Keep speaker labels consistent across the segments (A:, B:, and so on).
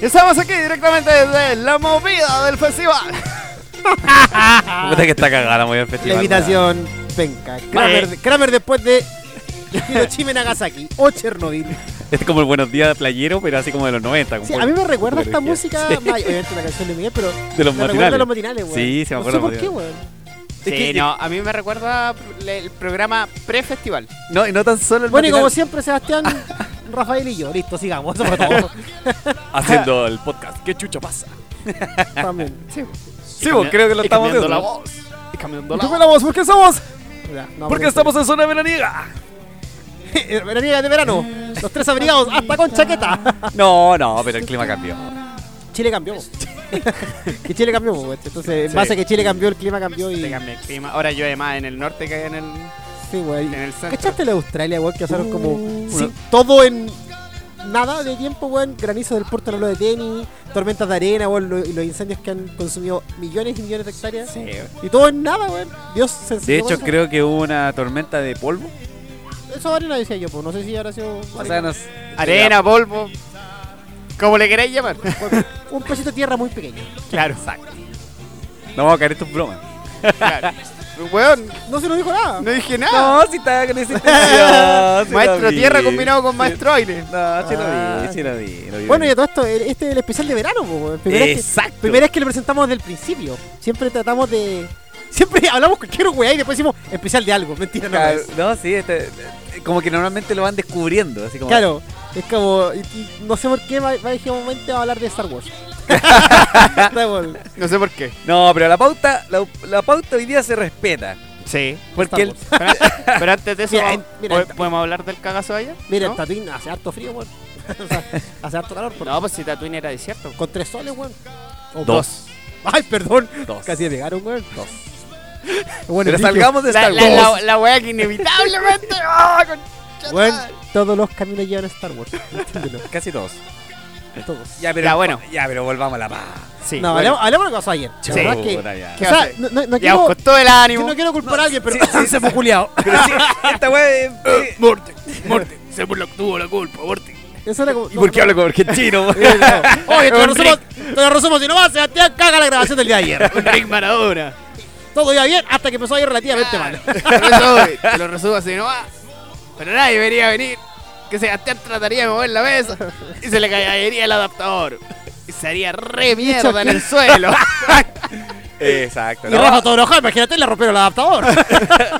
A: Estamos aquí directamente desde la movida del festival.
B: Ah. Puta que está cagada muy bien festival.
C: Levitación, penca. Kramer,
A: Eh.
C: Kramer después de Hiroshima y Nagasaki
A: Oh,
C: o Chernobyl.
B: weón. Es como el buenos días playero, pero así como de los 90. como
C: Sí, a mí me
B: el-
C: recuerda esta
B: energía.
C: música,
B: Sí.
C: ma- obviamente una canción de Miguel, pero
B: De los
C: me recuerda a
B: matinales.
C: los matinales, weón.
B: Sí, se me
C: No sé
B: acuerdan
C: por
B: los
C: qué, weón.
A: Sí, no, a mí me recuerda el programa pre-festival.
B: No, y no tan solo el
C: Bueno, y como
B: matinal,
C: siempre, Sebastián, Rafael y yo. Listo, sigamos. Eso fue todo.
B: Haciendo el podcast. ¿Qué chucha pasa?
C: También.
A: Sí,
B: Sí, vos, creo que lo
A: y
B: estamos
A: cambiando
B: haciendo.
A: la voz. Y cambiando la
C: Yo
A: voz.
C: me la voz, ¿por qué somos? Ya, no,
B: Porque
C: pero-
B: estamos en zona veraniega.
C: Veraniega de verano. Los tres abrigados, hasta con chaqueta.
B: No, no, pero el clima cambió.
C: Chile cambió. po. que Chile cambió, po, weón. Entonces, en
B: Sí.
C: base a que Chile cambió, el clima cambió y.
A: Te cambia el clima. Ahora llueve más en el norte que en el.
C: Sí, weón.
A: En el Uh, centro.
C: ¿Cachaste la Australia, weón? Que pasaron como. sin- todo en. Nada de tiempo, weón. Granizo del puerto de de tenis, tormentas de arena, weón. lo- y los incendios que han consumido millones y millones de hectáreas.
A: eh,
C: Y todo en nada, weón. Dios se
B: De
C: enseñó con
B: hecho,
C: eso.
B: creo que hubo una tormenta de polvo.
C: Eso arena decía yo, pues no sé si habrá sido.
B: O sea,
C: arena.
B: nos...
A: Arena, polvo. Como le queráis llamar.
C: Un pedacito de tierra muy pequeño.
A: Claro.
B: No vamos a caer en tus bromas.
A: claro. Weón,
C: No se nos dijo nada.
A: no dije nada.
B: si está con ese
A: Maestro tierra combinado con maestro aire.
B: No, sí lo
C: Ah.
B: vi, sí lo vi. lo vi.
C: Bueno, y a todo esto, el- este es el especial de verano, po, weón. primera vez que-
B: Exacto.
C: primera vez que lo presentamos desde el principio. Siempre tratamos de. Siempre hablamos cualquier weá y después decimos especial de algo. Mentira, no.
B: Claro,
C: es.
B: No, sí, este- como que normalmente lo van descubriendo. Así como,
C: Claro, es como. y- y no sé por qué va va- dijimos momento a hablar de Star Wars. Star Wars.
A: No sé por qué.
B: No, pero la pauta, la, la pauta hoy día se respeta.
A: Sí.
B: Porque el-
C: Star
A: Pero, pero antes de eso,
C: Mira,
A: vamos-
C: mira,
A: ¿pod-
C: esta-
A: ¿podemos hablar del cagazo allá?
C: Mira,
A: ¿No?
C: el Tatooine hace harto frío, weón. O sea, hace harto calor, por-
A: No, pues si Tatooine era desierto.
C: con tres soles, weón. O
B: Dos.
C: Ay, perdón.
B: Dos.
C: Casi me pegaron, weón.
B: Dos.
C: Bueno,
B: Pero
C: dije,
B: salgamos de
A: La,
B: Star
A: la,
B: Wars.
A: la, la wea que inevitablemente. ¡Ah, concha
C: Weón,
A: madre!
C: todos los caminos llevan a Star Wars. Entiéndelo,
B: Casi dos.
C: todos.
B: Ya, pero,
A: Ya, bueno.
B: Ya, pero volvamos a la paz.
A: Sí.
C: No,
A: bueno,
C: hablamos, hablamos de lo que pasó ayer. La
B: Chau,
C: verdad es que.
B: puta, ya.
C: que, o sea,
A: ¿Qué hace?
C: no, no, no
A: ya
C: quiero,
A: os con todo el
C: yo
A: ánimo.
C: no quiero culpar a alguien, pero ah,
B: sí, sí,
C: se fue Eh, culiado.
B: Pero sí, esta wea es... eh.
C: Eso era como.
B: ¿Y por qué hablo como argentino?
C: Eh, Oye, te lo resumo, te lo resumo, si no vas, Sebastián, caga la grabación del día de ayer.
A: Un Rick Maradona.
C: Todo iba bien hasta que empezó a ir relativamente mal.
A: Por eso hoy te lo resumo así, no va. Pero nadie debería venir. Que Sebastián trataría de mover la mesa y se le caería el adaptador. Y se haría re mierda en el suelo.
B: Exacto.
C: Y
B: ¿no?
C: Rafa todo enojado, imagínate, le rompieron el adaptador.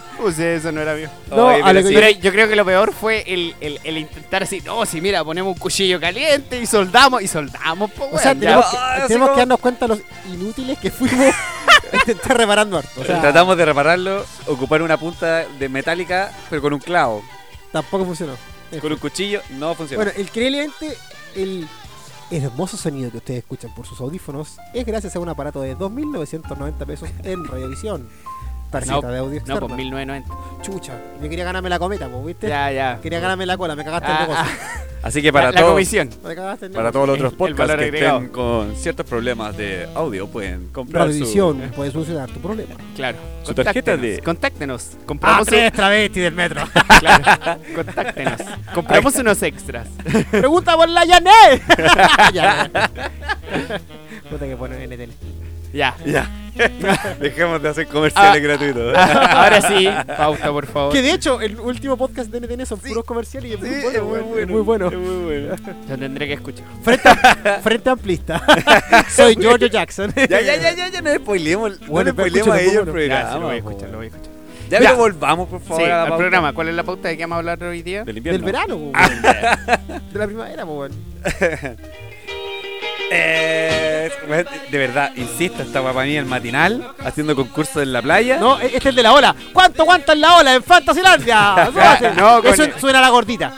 A: Pues eso no era mío.
C: No,
B: Oye,
C: a
B: pero
C: lo que
B: sí.
A: Pero yo creo que lo peor fue el, el- el intentar decir, no, si mira, ponemos un cuchillo caliente y soldamos, y soldamos, pues,
C: O sea,
A: weón, ya.
C: tenemos,
B: Ah,
C: que,
B: así
C: tenemos que
B: como-
C: darnos cuenta los inútiles que fuimos a intentar reparando harto. O sea,
B: Tratamos de repararlo, ocupar una punta de metálica, pero con un clavo.
C: tampoco funcionó. Eh,
B: Con un cuchillo no funciona.
C: Bueno, increíblemente, el hermoso sonido que ustedes escuchan por sus audífonos es gracias a un aparato de 2.990 pesos en Radiovisión. Tarjeta de audio
A: No,
C: externa.
A: pues 1990.
C: Chucha, yo quería ganarme la cometa, pues, ¿viste?
A: Ya, ya.
C: Quería ganarme la cola, me cagaste
A: Ah,
C: el negocio.
A: ah,
B: Así que
A: la,
B: para
A: la
B: todos,
A: comisión.
C: Me cagaste el
B: para
C: negocio.
B: todos los otros
A: El- el valor
B: podcasts que estén
A: agregado.
B: con ciertos problemas de audio pueden comprar su,
C: Radiovisión puede solucionar tu problema.
A: Claro.
B: Su tarjeta de- Ah,
A: Contáctenos, Contáctenos.
C: Ah,
A: Compramos, un-
C: travesti del metro.
A: claro, contáctenos. Compramos unos extras.
C: Pregunta por la Yané. Ya, ya. Puta que pone NTL.
A: Ya.
B: Ya. Dejemos de hacer comerciales
A: Ah.
B: gratuitos.
A: Ahora sí, pauta, por favor.
C: Que de hecho, el último podcast de NTN son puros comerciales y es muy bueno. weón, es muy bueno.
B: es muy bueno.
A: Lo tendré que escuchar.
C: Frente, am- frente amplista. Soy Giorgio Jackson.
B: Ya, ya, ya, ya, ya, no spoilemos, no
C: Bueno,
B: le
C: pero
B: spoilemos a
C: escúchalo,
B: ellos el
C: bueno.
B: programa.
A: Ya, sí, lo voy a
B: po.
A: escuchar, lo voy a escuchar.
B: Ya,
A: Ya.
B: pero volvamos, por favor,
A: Sí,
B: a la
A: al
B: pauta.
A: programa. ¿Cuál es la pauta de que vamos a hablar hoy día?
B: Del invierno.
C: Del verano, po, weón. De la primavera, po, weón.
B: Eh, bueno, de verdad, insisto, esta guapa mía, el matinal, haciendo concursos en la playa.
C: No, e- este es el de la ola. ¿Cuánto aguantan la ola en Fantasylandia? Súbase.
A: No, coño.
C: Eso suena a la gordita.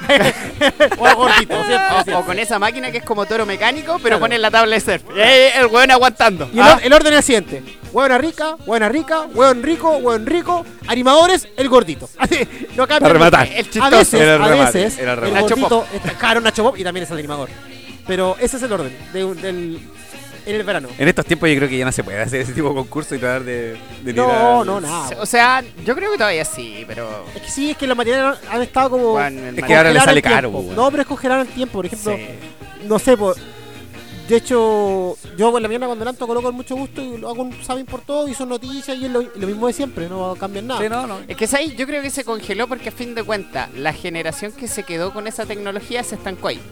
C: o a gordito, siempre,
A: O- O,
C: siempre.
A: con esa máquina que es como toro mecánico, pero
C: Claro.
A: pone la tabla de surf. Y ahí el weón aguantando.
C: Y el,
A: Ah,
C: or- el orden es el siguiente. Huevona rica, huevona rica, huevón rico, huevón rico, animadores, el gordito. Así, no cambia.
B: Para rematar.
A: el
C: A
A: chistoso.
C: veces,
B: Era el
C: a
B: remate,
C: veces,
B: era el
C: el
B: remate.
A: Nacho
C: gordito está caro Nacho Pop y también es el animador. Pero ese es el orden de un- del, en el verano.
B: En estos tiempos yo creo que ya no se puede hacer ese tipo de concurso y tratar de... de
C: No,
B: tirar-
C: no, nada.
A: O sea, yo creo que todavía sí, pero.
C: Es que sí, es que los materiales han estado como.
A: Juan, el
B: Es que ahora le
C: congelados
B: sale
C: al
B: caro,
C: tiempo.
B: po, weón.
C: No, pero es congelar el tiempo, por ejemplo.
A: Sí.
C: No sé, po, De hecho, yo en la mañana cuando lanto coloco con mucho gusto y lo hago un saben por todo y son noticias y es lo, lo mismo de siempre, no cambian nada.
B: Sí, no, no.
A: Es que ahí yo creo que se congeló porque a fin de cuentas la generación que se quedó con esa tecnología se estancó ahí.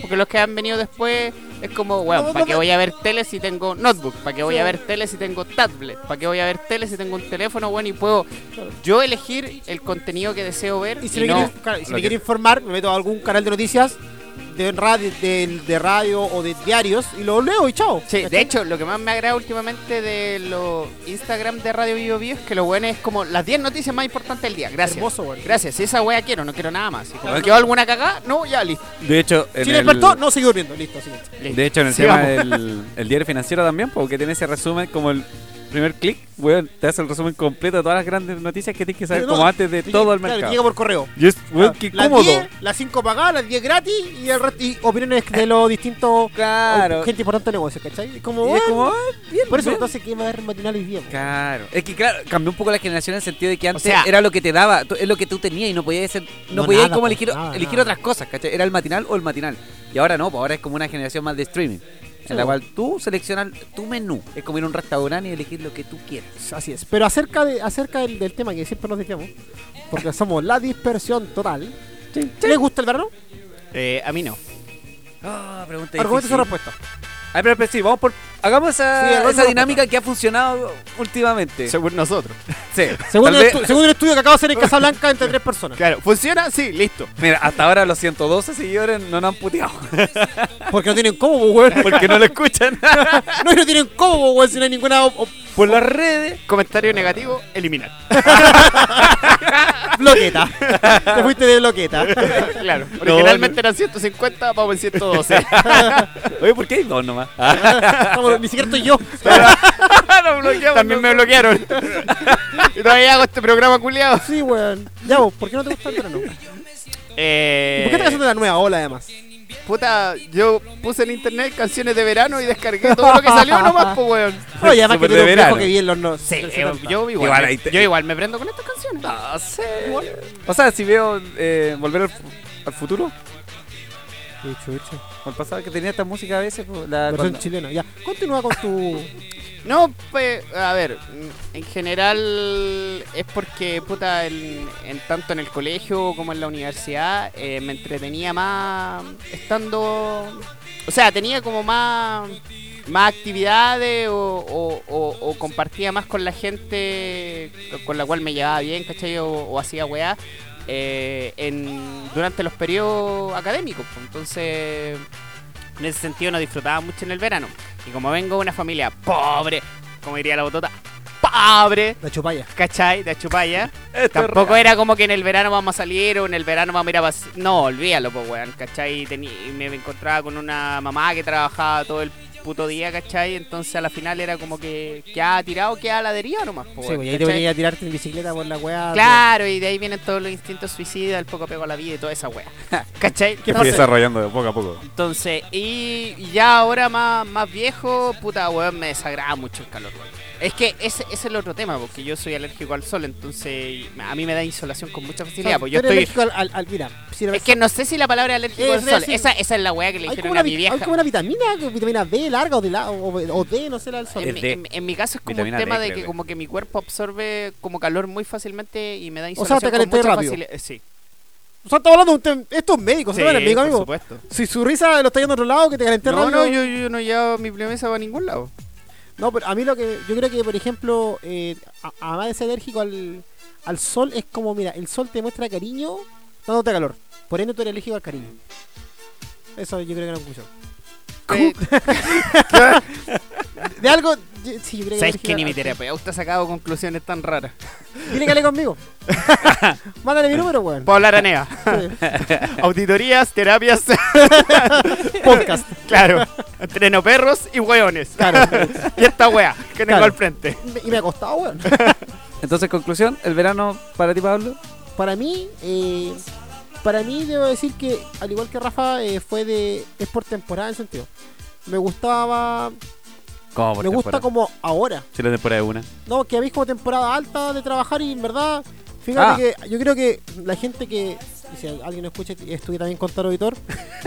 A: Porque los que han venido después es como, weón,
C: No, no,
A: ¿para qué
C: no.
A: voy a ver tele si tengo notebook? ¿Para qué voy
C: Sí.
A: a ver tele si tengo tablet? ¿Para qué voy a ver tele si tengo un teléfono, weón? Y puedo yo elegir el contenido que deseo ver.
C: Y si,
A: y
C: me,
A: no,
C: quiere, claro, y si
B: lo
C: me
B: que-
C: quiere informar, me meto a algún canal de noticias de radio, de, de radio o de diarios y lo leo y chao.
A: Sí, de
C: ¿Cachai?
A: hecho, lo que más me agrada últimamente de los Instagram de Radio Bio Bio es que lo bueno es como las 10 noticias más importantes del día. Gracias.
C: Hermoso, weón.
A: Gracias. Esa wea quiero, no quiero nada más. Y como
B: Claro.
A: quedó alguna cagada, no, ya listo.
B: De hecho, en
C: Chile
B: el-
C: despertó, no sigo durmiendo. Listo, siguiente.
A: listo.
B: De hecho, en el
A: Sí,
B: tema
A: vamos.
B: del el diario financiero también, porque tiene ese resumen como el primer clic, weón, te hace el resumen completo de todas las grandes noticias que tienes que saber
C: Pero no,
B: como antes de
C: Te
B: todo
C: llega-
B: el
C: claro, te
B: mercado.
C: llega por correo.
B: Y es, weón,
C: Ah,
B: qué
C: las
B: cómodo.
C: 10, las 5 pagadas, las 10 gratis y, el resto- y opiniones de los distintos
B: Claro.
C: o- gente importante del negocio, ¿cachai? Es como,
B: Y es
C: ah,
B: como, ah, bien,
C: por eso
B: bien.
C: entonces que va a haber matinal hoy día. po.
B: Claro, es que claro, cambió un poco la generación en el sentido de que antes
A: sea-
B: era lo que te daba, tú- es lo que tú tenías y no podías hacer- no,
C: No,
B: podías
C: nada,
B: como
C: pues,
B: elegir,
C: nada,
B: elegir
C: nada.
B: otras cosas, ¿cachai? Era el matinal o el matinal. Y ahora no, pues ahora es como una generación más de streaming,
C: Sí,
B: en la
C: pues.
B: cual tú seleccionas tu menú, es como ir a un restaurante y elegir lo que tú quieras.
C: Pues Así es. Pero acerca, de, acerca del, del tema que siempre nos dejamos, porque somos la dispersión total. ¿Les gusta el verano?
A: Eh, a mí no.
B: Ah, pregunta
C: Argumentos
B: difícil.
C: o respuestas.
B: Ay, pero, pero sí, vamos por hagamos
C: Sí,
B: esa,
C: hagamos
B: esa
C: una
B: dinámica que ha funcionado últimamente.
A: Según nosotros.
B: Sí,
C: Según
B: tal
C: el,
B: vez-
C: estu- según el estudio que acaba de hacer en Casablanca entre tres personas.
A: Claro, ¿funciona? Sí, listo.
B: Mira, hasta ahora los 112 seguidores no nos han puteado
C: Porque no tienen cómo, po, weón.
B: porque no lo escuchan.
C: No, y no tienen cómo, po, weón, si no hay ninguna op- op-
B: por las redes.
A: Comentario negativo, eliminar.
C: bloqueta. Te fuiste de bloqueta.
A: claro. Originalmente eran 150, vamos en 112.
B: Oye, ¿por qué hay dos nomás?
C: Estamos- ni siquiera estoy yo.
A: También me bloquearon. y todavía hago este programa culiado.
C: Sí, weón. Ya vos, ¿por qué no te gusta el verano? ¿Y
A: Eh,
C: ¿Por qué te casas de la nueva ola, además?
A: Puta, yo puse en internet canciones de verano y descargué todo lo que salió nomás, pues, weón.
C: No, y además que
B: Súper
C: tú
B: de
C: eres un viejo
B: verano.
C: que vi en los no, del
A: Eh,
C: 70.
A: yo, igual,
B: Igual
A: me-
B: ahí te- Ah,
A: yo igual me prendo con ¿eh? estas canciones.
B: No sé. O sea, si veo eh, volver al, fu- al futuro,
C: Qué chucha.
B: como el pasado que tenía esta música a veces, pues, la
C: Versión
B: cuando-
C: chilena. Ya, continúa con tu...
A: No, pues, a ver, mm, en general es porque, puta, en, en tanto en el colegio como en la universidad eh, me entretenía más estando... O sea, tenía como más, más actividades o, o- o- o compartía más con la gente con la cual me llevaba bien, ¿cachai? O, o hacía weá. eh, en, durante los periodos académicos, pues, entonces en ese sentido no disfrutaba mucho en el verano. Y como vengo de una familia pobre, como diría la botota, pobre,
C: La chupalla.
A: ¿cachai? De Achupaya.
B: Esto es
A: Tampoco
B: real.
A: era como que en el verano vamos a salir o en el verano vamos a ir a pas- No, olvídalo, pues, weón, ¿cachai? Y tení- y me encontraba con una mamá que trabajaba todo el puto día, ¿cachai? Entonces a la final era como que quedaba tirado, quedaba a la deriva nomás, pues,
C: Sí,
A: weón,
C: güey, ahí te pues.
A: ¿cachai?
C: venía a tirarte en bicicleta por la weá.
A: Claro, y de ahí vienen todos los instintos suicidas, el poco apego a la vida y toda esa wea. ¿Cachai?
B: Fui
A: Entonces-
B: desarrollando de poco a poco.
A: Entonces, y ya ahora más, más viejo, puta weón, me desagrada mucho el calor, weón. Es que ese, ese es el otro tema, porque yo soy alérgico al sol, entonces a mí me da insolación con mucha
C: O
A: facilidad.
C: sea,
A: pues yo
C: tú eres
A: estoy.
C: alérgico al, al- al- mira, si la
A: Es que no sé si la palabra es alérgico al
C: Es
A: sol,
C: decir-
A: esa, esa es la weá que le
C: hay como,
A: dijeron
C: una,
A: a mi
C: vi- hay
A: vieja.
C: como una vitamina, que- vitamina D larga o de, la, o, o D, no sé, la del sol.
A: En,
B: Es
A: mi-
B: D.
A: en- en mi caso es como
B: Vitamina
A: un
B: D,
A: tema de
B: creo
A: que
B: que.
A: como que mi cuerpo absorbe como calor muy fácilmente y me da
C: sea,
A: insolación
C: te
A: con
C: calenté
A: mucha
C: rápido.
A: facilidad. Sí,
C: O sea, estamos hablando de un tem- Esto es médico,
A: Sí,
C: ¿se van médico,
A: por
C: amigo?
A: supuesto.
C: Si su risa lo está yendo a otro lado, que te calenté
A: No,
C: rápido.
A: no, yo, yo no llevo mi premesa para ningún lado.
C: No, pero a mí lo que. Yo creo que, por ejemplo, eh, a- además de ser alérgico al, al sol, es como, mira, el sol te muestra cariño dándote calor. Por ende, tú eres alérgico al cariño. Eso yo creo que era una conclusión.
A: Eh,
C: De- De algo. yo- Sí, yo creo que.
A: ¿Sabes
C: eres
A: que ni mi
C: alérgico al-
A: terapeuta ha sacado conclusiones tan raras?
C: Dile que hable conmigo. Mándale mi número, weón.
A: Puedo hablar a Nea.
C: Sí.
A: Auditorías, terapias,
C: Podcast.
A: claro. Entreno perros y hueones.
C: Claro.
A: Y esta wea que tengo
C: Claro.
A: al frente.
C: Me- Y me ha costado, weón.
B: Entonces, conclusión, el verano para ti, Pablo.
C: Para mí, eh, para mí debo decir que, al igual que Rafa, eh, fue de. es por temporada en sentido. Me gustaba.
B: ¿Cómo?
C: me gusta como ahora.
B: Si la temporada es una.
C: No, que habéis como temporada alta de trabajar y en verdad, fíjate
B: Ah.
C: que yo creo que la gente que y si alguien lo escucha y estudia también con Taro Editor,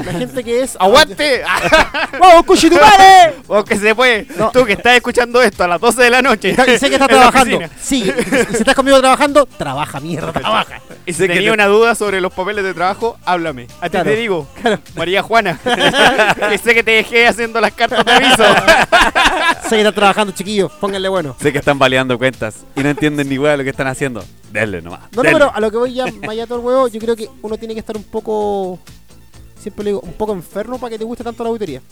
C: la gente que es...
A: ¡Aguante! Ah,
C: ¡Vamos, Cuchitumare!
A: o que se puede.
C: No.
A: Tú que estás escuchando esto a las 12 de la noche.
C: Y ta- y sé que estás
A: en la
C: trabajando.
A: oficina.
C: Sigue. Y Si estás conmigo trabajando, trabaja, mierda, trabaja.
A: Y si
B: que
A: tenía
B: te-
A: una duda sobre los papeles de trabajo, háblame. A ti
C: Claro.
A: te digo, María Juana. que sé que te dejé haciendo las cartas de aviso.
C: Sé que estás trabajando, chiquillos. Pónganle bueno.
B: Sé que están baleando cuentas y no entienden ni hueá de lo que están haciendo. Denle nomás.
C: No, no,
B: denle.
C: pero a lo que voy ya, vaya todo el huevo, yo creo que uno tiene que estar un poco, siempre le digo, un poco enfermo para que te guste tanto la auditoría.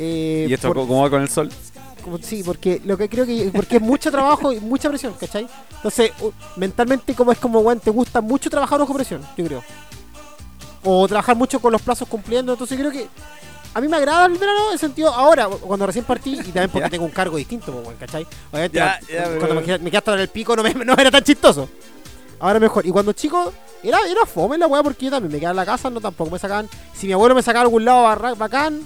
C: Eh,
B: ¿Y esto
C: por-
B: co- cómo va con el sol?
C: como- sí, porque lo que creo que porque es mucho trabajo y mucha presión, ¿cachai? Entonces, u- mentalmente como es como, weón, te gusta mucho trabajar bajo presión, yo creo. O trabajar mucho con los plazos cumpliendo, entonces creo que a mí me agrada el verano en el sentido ahora, cuando recién partí, y también porque
B: Ya.
C: tengo un cargo distinto, pues, weón, ¿cachai? Obviamente,
B: Ya,
C: la-
B: ya,
C: cuando
B: pero-
C: me quedé- me quedé hasta en el pico no, me- no era tan chistoso. Ahora mejor. Y cuando chico, era, era fome la weá porque yo también me quedaba en la casa, no tampoco me sacaban. Si mi abuelo me sacaba a algún lado barra- bacán,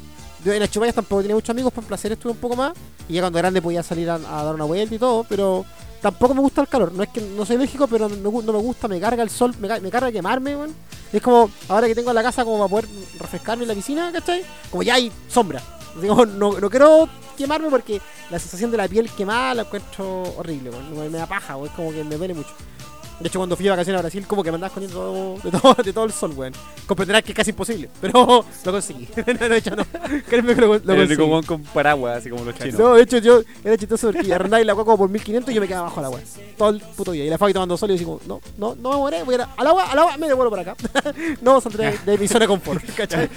C: yo en las chupallas tampoco tenía muchos amigos, por placer estuve un poco más. Y ya cuando grande podía salir a, a dar una vuelta y todo, pero tampoco me gusta el calor. No es que no soy alérgico, pero me gu- no me gusta, me carga el sol, me, ca- me carga quemarme, weón. Es como, ahora que tengo la casa como para poder refrescarme en la piscina, ¿cachai? Como ya hay sombra. Digo, no, no quiero quemarme porque la sensación de la piel quemada la encuentro horrible, weón. me, me da paja, weón. es como que me duele mucho. De hecho, cuando fui de vacaciones a Brasil, como que me andaba escondiendo todo- de, todo, de todo el sol, weón. Comprenderás que es casi imposible, pero lo conseguí. no, de hecho, no. Créeme que lo, lo
B: el
C: conseguí.
B: único hueón con paraguas, así como los chinos.
C: No, de hecho, yo era chistoso porque arrendaba el agua como por 1500 y yo me quedaba abajo del agua. Todo el puto día. Y la Fabi tomando sol y yo como, no, no, no me moré, voy a ir a- al agua, al agua, me devuelvo para acá. no saldré de, de mi zona de confort, ¿cachai?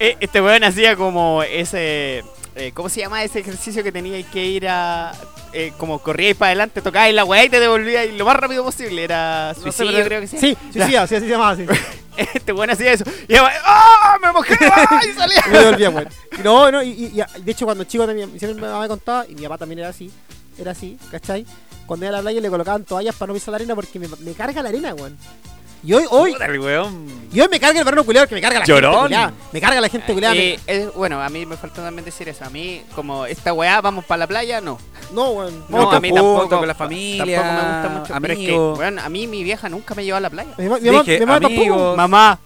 A: Eh, este weón hacía como ese. eh, ¿Cómo se llama ese ejercicio que teníais que ir a. eh, como corríais para adelante, tocabais la weá y te devolvíais lo más rápido posible? Era suicidio,
C: pero-
A: creo que sí.
C: Sí, sí, sí, así así se llamaba, así.
A: Este weón hacía eso. Y iba, ¡ah! ¡Me mojé! ¡Ah! Y salía.
C: Y me devolvía, weón. Y No, no, y, y- y- de hecho cuando chico también, siempre mi mamá me contaba, y mi papá también era así, era así, ¿cachai? Cuando iba a la playa le colocaban toallas para no pisar la arena porque me, me carga la arena, weón. Y hoy, hoy,
B: Puta, el weón.
C: y hoy me carga el verano culiado que me carga la
B: Llorón.
C: gente culiada. Me carga la gente culiada. me-
A: Eh, eh, bueno, a mí me faltó también decir eso. A mí, como esta weá, vamos para la playa, no.
C: No, weón.
B: No,
A: a mí tampoco.
B: con la familia,
A: Tampoco me gusta mucho. Pero es que,
B: amigo.
A: weón, a mí mi vieja nunca me llevó a la playa.
C: Mi mamá, mi mamá,
B: Dije,
C: mi mamá tampoco.
B: amigos.
A: Mamá,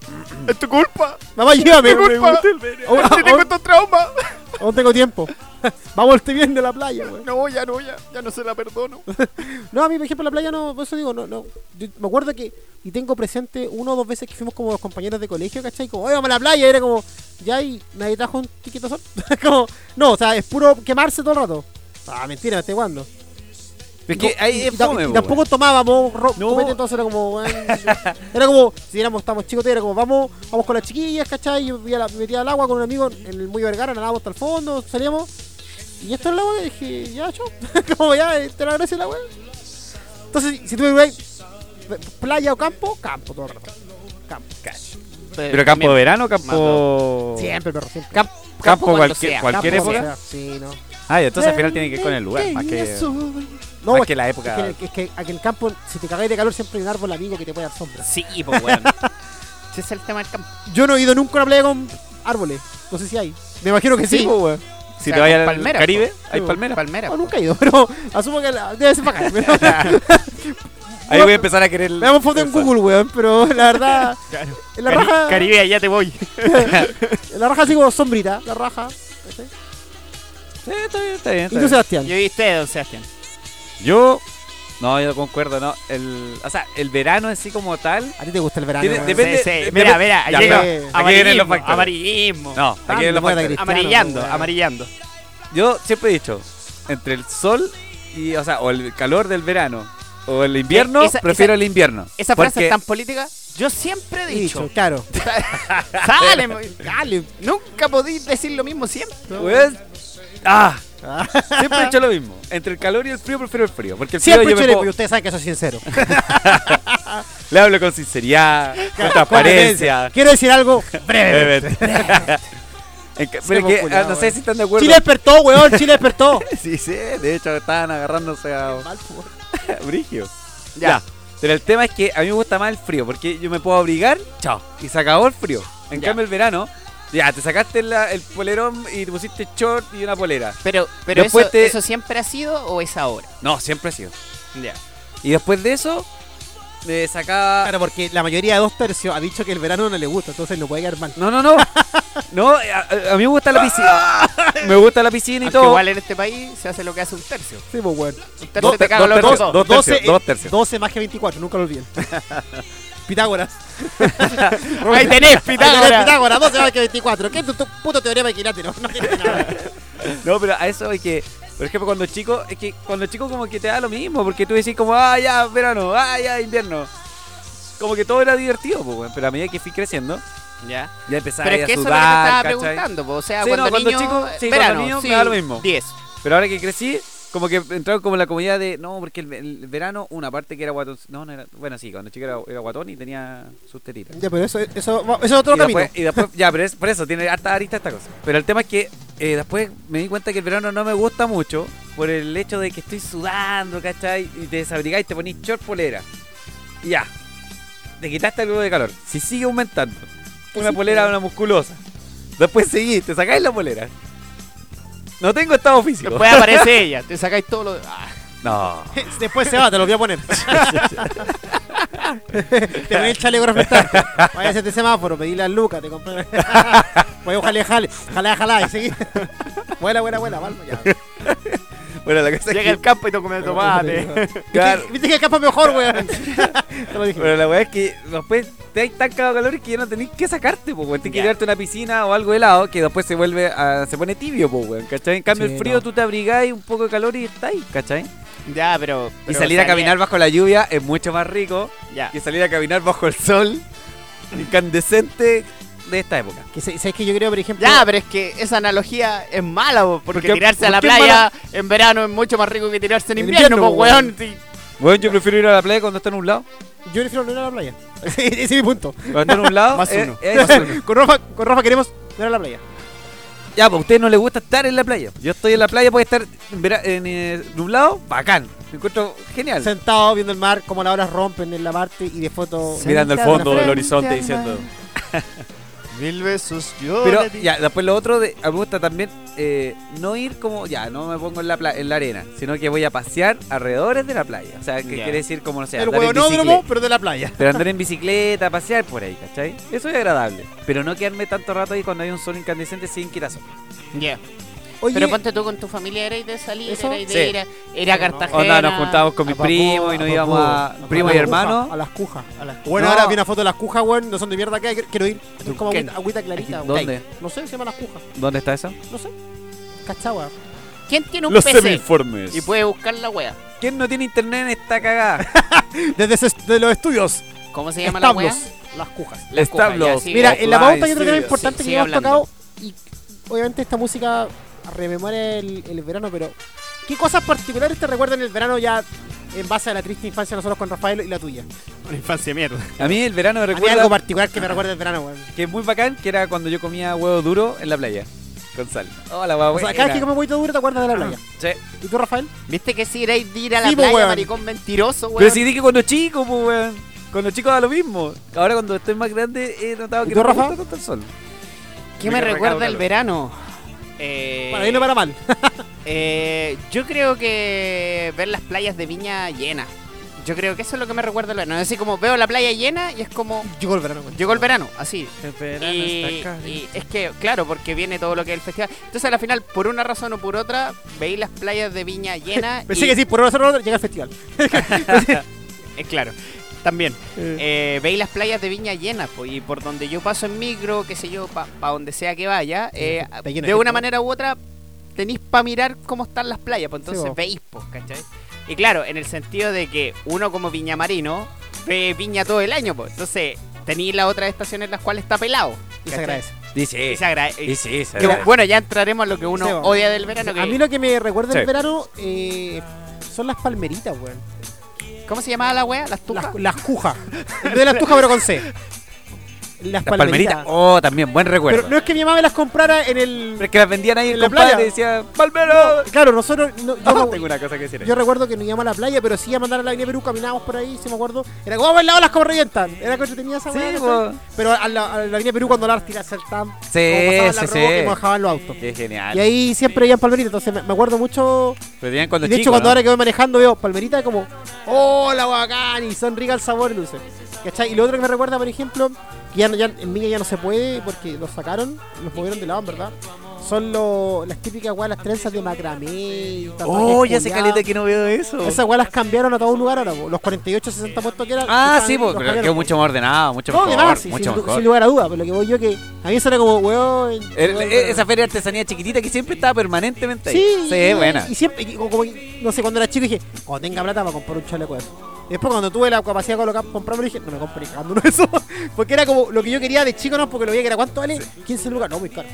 A: es tu culpa.
C: Mamá, llévame.
A: Me gusta el
C: Aún,
A: Si tengo
C: aún-
A: estos traumas.
C: aún Oh, tengo tiempo. Vamos este viernes a la playa, güey.
A: No, ya no, ya, ya no se la perdono.
C: No, a mí, por ejemplo, la playa no, por eso digo, no, no. Yo me acuerdo que, y tengo presente una o dos veces que fuimos como los compañeros de colegio, ¿cachai? Como, oye, vamos a la playa, y era como, ya, y nadie trajo un chiquito sol. como, no, o sea, es puro quemarse todo el rato. Ah, mentira, me estoy jugando.
B: Es que ahí
C: Y
B: es
C: ta-
B: fome, pues.
C: y
B: po,
C: tampoco
B: weón.
C: tomábamos ro-
B: No.
C: copete, entonces era como, weón, era como, si éramos, estábamos chicos, era como, vamos, vamos con las chiquillas, ¿cachai? Yo me metía al agua con un amigo en el Muy Vergara, nadábamos hasta el fondo, salíamos, y esto era el agua, y dije, ya, chao, como ya, eh, te la gracia la weón. Entonces, si tú me veis, p- playa o campo, campo todo el rato. Campo.
B: Pero campo de verano, campo.
C: Siempre, perro, siempre.
A: Campo,
B: Campo
A: cuando
B: cualquier-
A: sea.
B: cualquier
A: Campo
B: época.
A: sea.
C: Sí, no.
B: Ah, y entonces al final tiene que ir con el lugar, más que,
C: No,
B: más
C: es
B: que
C: que,
B: la
C: es que en
B: época.
C: el- es que aquí en el campo, si te cagáis de calor, siempre hay un árbol amigo que te puede dar sombra.
A: Sí, pues weón. Ese es el tema del campo.
C: Yo no he ido nunca a una playa con árboles. No sé si hay. Me imagino que sí.
A: Sí,
B: Si
A: O sea,
B: te
A: con
B: vayas al
A: palmeras,
B: Caribe,
A: po.
B: hay
C: Sí, po.
B: palmeras.
A: Palmera.
C: No, nunca he ido, pero asumo que la, debe ser bacán. Pero,
B: Ahí voy a empezar a querer.
C: me damos foto en Google, weón, pero la verdad.
A: Claro.
C: La
A: Cari-
C: raja,
A: Caribe, allá te voy.
C: la raja así como sombrita, la raja. ¿cachai?
B: Sí, está bien, está bien.
C: ¿Y tú, Sebastián?
A: Yo y usted, don Sebastián.
B: Yo. No, yo concuerdo, no. El, o sea, el verano en sí como tal.
C: ¿A ti te gusta el verano?
B: Tiene-
C: weón?
B: depende-
A: Sí, sí.
B: depende-
A: Mira, mira,
B: Ya,
A: llega
C: pero-
B: aquí vienen los
A: amarillismo,
B: factores.
A: amarillismo.
B: No,
C: Ah,
B: aquí es
C: no
B: lo
C: puede
B: factor.
C: gritar.
A: Amarillando,
B: pues,
C: Cristiano,
A: amarillando.
B: Yo siempre he dicho, entre el sol y, o sea, o el calor del verano o el invierno,
A: Eh, esa-
B: prefiero
A: esa-
B: el invierno.
A: Esa frase
B: Porque
A: es tan política, yo siempre he
C: He dicho,
A: dicho.
C: claro.
A: Sale, dale. Nunca podéis decir lo mismo siempre.
B: Pues, ah,
C: Ah.
B: siempre he hecho lo mismo. Entre el calor y el frío prefiero el frío. Porque el frío
C: Siempre
B: yo me
C: chile,
B: puedo-
C: y ustedes saben que soy sincero.
B: le hablo con sinceridad, con transparencia.
C: Quiero decir algo.
B: Brevemente. En ca- Pero es que,
C: culiao,
B: ah, no sé
C: weón.
B: si están de acuerdo.
C: Chile despertó, weón, Chile despertó.
B: Sí, sí, de hecho estaban agarrándose a Brigio.
A: Ya.
B: Ya. Pero el tema es que a mí me gusta más el frío, porque yo me puedo abrigar, chao, y se acabó el frío. En
A: Ya.
B: cambio el verano, ya, te sacaste la- el polerón y te pusiste short y una polera.
A: Pero, pero
B: Después
A: eso,
B: te-
A: eso siempre ha sido o es ahora.
B: No, siempre ha sido.
A: Ya.
B: Y después de eso, eh, sacaba.
C: Claro, porque la mayoría de dos tercios ha dicho que el verano no le gusta, entonces no puede quedar mal.
B: No, no, no. No, eh, a, a mí me gusta la piscina. Me gusta la piscina y
A: Aunque
B: todo.
A: igual en este país se hace lo que hace un tercio.
C: Sí, pues, weón.
A: Un tercio
B: Dos
A: te
B: ter-
A: cago en
B: dos
A: los dos.
B: tercios, dos. tercios,
C: eh,
B: dos tercios.
C: 12 más que 24, nunca lo olviden. Pitágoras.
A: Ahí tenés,
C: Ahí tenés
A: Pitágoras.
C: Pitágoras, 12 más que 24. ¿Qué es tu, tu puto teorema equilátero? No tiene nada.
B: No, pero a eso es que, por ejemplo, cuando chico, es que cuando chico como que te da lo mismo, porque tú decís como, ah, ya, verano, ah, ya, invierno. Como que todo era divertido, pues, weón, pero a medida que fui creciendo,
A: Ya.
B: ya empezaba
A: Pero es
B: ahí
A: que
B: a
A: eso es lo que te estaba
B: sudar, ¿cachai?
A: preguntando, po. o sea,
B: Sí, no,
A: cuando,
B: cuando
A: niño,
B: chico- sí, cuando
A: verano,
B: niño me
A: sí,
B: da lo mismo.
A: 10.
B: Pero ahora que crecí, como que entraron como en la comunidad de, no, porque el, el verano, una parte que era guatón, no, no era, bueno, sí, cuando chico era, era guatón y tenía sus tetitas.
C: Ya, pero eso, eso, va- eso es otro
B: y
C: camino.
B: Después, y después- ya, pero es- por eso tiene harta arista esta cosa. Pero el tema es que eh, después me di cuenta que el verano no me gusta mucho por el hecho de que estoy sudando, ¿cachai? Y te desabrigáis, te ponís short polera. Y ya. Te quitaste algo de calor. Si sigue aumentando, una polera, una musculosa. Después seguís, te sacáis la polera. No tengo estado físico.
A: Después aparece ella, te sacáis todo lo. Ah,
B: No.
C: Después se va, te lo voy a poner. te poní el chaleco reflectante. Vaya a este semáforo, pedí las lucas, te compré. Voy a jale, jale, jale, jale, y seguí. Buena, buena, buena, palma ya.
B: Bueno, la cosa es
A: llega
B: que.
A: el campo y te come tomate.
B: Claro.
C: Viste, viste que el campo es mejor, weón. Te lo dije.
B: Pero la weá es que después te hay tan cagado de calor que ya no tenés que sacarte, pues, weón. Tienes que
A: Ya.
B: llevarte a una piscina o algo helado que después se vuelve a, se pone tibio, pues, weón. ¿Cachai? En cambio,
C: Sí,
B: el frío
C: no.
B: tú te abrigás un poco de calor y está ahí, ¿cachai?
A: ya, pero.
B: y
A: pero
B: salir a caminar bajo la lluvia es mucho más rico
A: Ya.
B: que salir a caminar bajo el sol incandescente de esta época.
C: Que se- ¿Sabes que yo creo, por ejemplo?
A: Ya, pero es que esa analogía es mala, po, porque
B: Porque-
A: tirarse a la
B: ¿por qué es
A: playa en verano es mucho más rico que tirarse en
C: En
A: invierno,
C: invierno,
A: po,
C: po,
A: weón. Sí.
B: Bueno, yo prefiero ir a la playa cuando está nublado.
C: Yo prefiero no ir a la playa. Ese, ese es mi punto.
B: Cuando está nublado,
A: Más
B: es-
A: uno.
B: es-
C: Con Rafa, con Rafa queremos no ir a la playa.
B: Ya, pues a ustedes no les gusta estar en la playa. Yo estoy en la playa, puede estar en vera- en, eh, nublado, bacán. Me encuentro genial.
C: Sentado viendo el mar, como las olas rompen en la parte y de foto.
B: Mirando al
A: Sentado
B: fondo del
A: frente
B: horizonte
A: al
B: diciendo.
A: Mil besos yo.
B: Pero
A: le di.
B: ya, después lo otro, de, a mí me gusta también eh, no ir como, ya, no me pongo en la, pla- en la arena, sino que voy a pasear alrededores de la playa. O sea, que
A: Ya.
B: quiere decir como, no sé,
C: el
B: andar en
C: huevonódromo,
B: bicicleta.
C: pero de la playa.
B: Pero andar en bicicleta, pasear por ahí, ¿cachai? Eso es agradable. Pero no quedarme tanto rato ahí cuando hay un sol incandescente sin quitasol.
A: Ya.
C: Oye,
A: Pero ponte tú con tu familia, erais de salir,
C: ¿Eso?
A: erais de
B: Sí.
A: ir a, ir a
C: Sí, no.
A: Cartagena.
B: Onda, nos juntábamos con mis
C: A Papúa,
B: primos y nos
C: a
B: íbamos
C: Papúa,
B: a. Primo y
C: las
B: hermano.
C: cujas, A las cujas.
A: A las-
C: Bueno,
B: No.
C: ahora vi una foto de las cujas, weón. No son de mierda acá. Quiero ir. Son como
A: Duquén.
C: agüita, agüita clarita. weón.
B: ¿Dónde?
C: No sé, se llama las cujas.
B: ¿Dónde está eso?
C: No sé. Cachagua.
A: ¿Quién tiene un
B: Los
A: PC?
B: semi-informes.
A: Y puede buscar la wea.
B: ¿Quién no tiene internet en esta cagada?
C: Desde ese- de los estudios.
A: ¿Cómo se llama la wea?
C: Establos. Las cujas.
A: La escoba, ya, sí.
C: Mira, en la pauta hay
B: yo
C: otro
B: creo
C: tema
B: que
C: importante
A: Sí,
C: que hemos
A: sigue
C: tocado. Y obviamente esta música rememora el, el verano, pero ¿qué cosas particulares te recuerdan el verano ya en base a la triste infancia nosotros con Rafael y la tuya?
A: Una infancia mierda.
B: A mí el verano me
C: A mí algo
B: recuerda
C: particular que me recuerda el verano, weón.
B: que es muy bacán, que era cuando yo comía huevo duro en la playa. Con sal. Hola, huevo.
C: O sea, cada vez que comes huevito duro te acuerdas de la
A: Ah.
C: playa.
B: Sí.
C: ¿Y tú, Rafael?
A: ¿Viste que si iréis de ir a la
C: Sí, po,
A: playa,
C: weón.
A: maricón mentiroso, weón?
B: Pero si dije cuando chico, pues, weón. Cuando chico da lo mismo. Ahora cuando estoy más grande he notado
C: ¿Y
B: que
C: tú,
B: no me
C: Rafa?
B: gusta tanto el sol.
A: ¿Qué me
B: Me
A: recuerda
B: recargo
A: el
B: calor.
A: verano? Eh,
C: Para bien o para mal.
A: eh, yo creo que ver las playas de Viña llenas. Yo creo que eso es lo que me recuerda el verano. Es así como veo la playa llena y es como
C: Llegó el verano, weón.
A: llegó el verano, así. Y, y es que, claro, porque viene todo lo que es el festival. Entonces, al final, por una razón o por otra, veis las playas de Viña llenas.
C: Pensé
A: y-
C: que sí, por una razón o por otra llega el festival.
A: Es claro, también. Eh, veis las playas de Viña llenas, po, y por donde yo paso en micro, qué sé yo, para donde sea que vaya, eh,
C: Está lleno de
A: de una
C: gente, ¿no?
A: manera u otra tenéis para mirar cómo están las playas, pues entonces
C: Sí, po.
A: veis, pues, ¿cachai? Y claro, en el sentido de que uno como viñamarino ve viña todo el año, pues entonces tenéis las otras estaciones las cuales está pelado.
C: Y se
A: ¿cachai?
C: agradece.
A: Y
B: Dice.
A: se agradece.
B: Y sí, se
A: Que,
B: agradece.
A: bueno, ya entraremos a lo que uno
C: Sí, po.
A: odia del verano. que-
C: A mí lo que me recuerda el
B: Sí.
C: verano eh, son las palmeritas, weón.
A: ¿Cómo se llamaba la wea? Las tucas.
C: Las, las cujas. En vez de las tujas, pero con C. las,
B: Las
C: palmeritas.
B: palmeritas, oh, también, buen recuerdo.
C: Pero no es que mi mamá me las comprara en el.
B: Pero es que las vendían ahí en
C: En
B: la
C: la
B: playa y
C: playa.
B: decía, ¡Palmero!
C: Claro, nosotros. no- yo,
B: Ah,
C: no-
B: tengo una cosa que decir ahí.
C: yo recuerdo que nos íbamos a la playa, pero sí a mandar a la Avenida Perú, caminábamos por ahí, si me acuerdo. Era como, vamos a ver las olas como revientan. Era que tenía esa
B: Sí,
C: weá,
B: po.
C: ¿cachai? Pero a la, a la Avenida Perú, cuando la artigas saltaban,
B: Sí,
C: pasaban
B: sí,
C: la roca
B: sí.
C: y mojaban los autos.
B: Qué genial.
C: Y ahí siempre veían palmeritas, entonces me, me acuerdo mucho.
B: Pero tenían cuando
C: y de hecho,
B: chico,
C: cuando
B: ¿no?
C: ahora que voy manejando veo palmeritas como, ¡oh, la bacán! Y son ricas el sabor y dulce. ¿Cachai? Y lo otro que me recuerda, por ejemplo, que ya, no- ya en Viña ya no se puede porque los sacaron, los movieron de lado, en verdad. Son lo- las típicas weas, las trenzas de macramé. y tatuajes
B: Oh, ya se
C: culiados.
B: caleta que no veo eso.
C: Esas weas las cambiaron a todo lugar ahora, po. los 48, 60 puestos que eran.
B: Ah,
C: estaban-
B: sí,
C: los
B: porque
C: cambiaron,
B: quedó
C: po.
B: mucho más ordenado, mucho
C: No,
B: mejor,
C: de más, sí,
B: mucho
C: sin, du-
B: mejor.
C: sin lugar a duda, pero lo que voy yo que a mí eso era como, weón.
B: El-
C: weón,
B: e-
C: weón.
B: esa feria de artesanía chiquitita que siempre estaba permanentemente ahí.
C: Sí, y-
B: buena.
C: Y siempre, y como- como- no sé, cuando era chico dije, cuando tenga plata para comprar un chaleco de eso. Después cuando tuve la capacidad de colocar, comprarme, dije, no me compré ni cagando uno de eso. Porque era como lo que yo quería de chico, no, porque lo veía que era cuánto vale, 15 lucas, no, muy caro.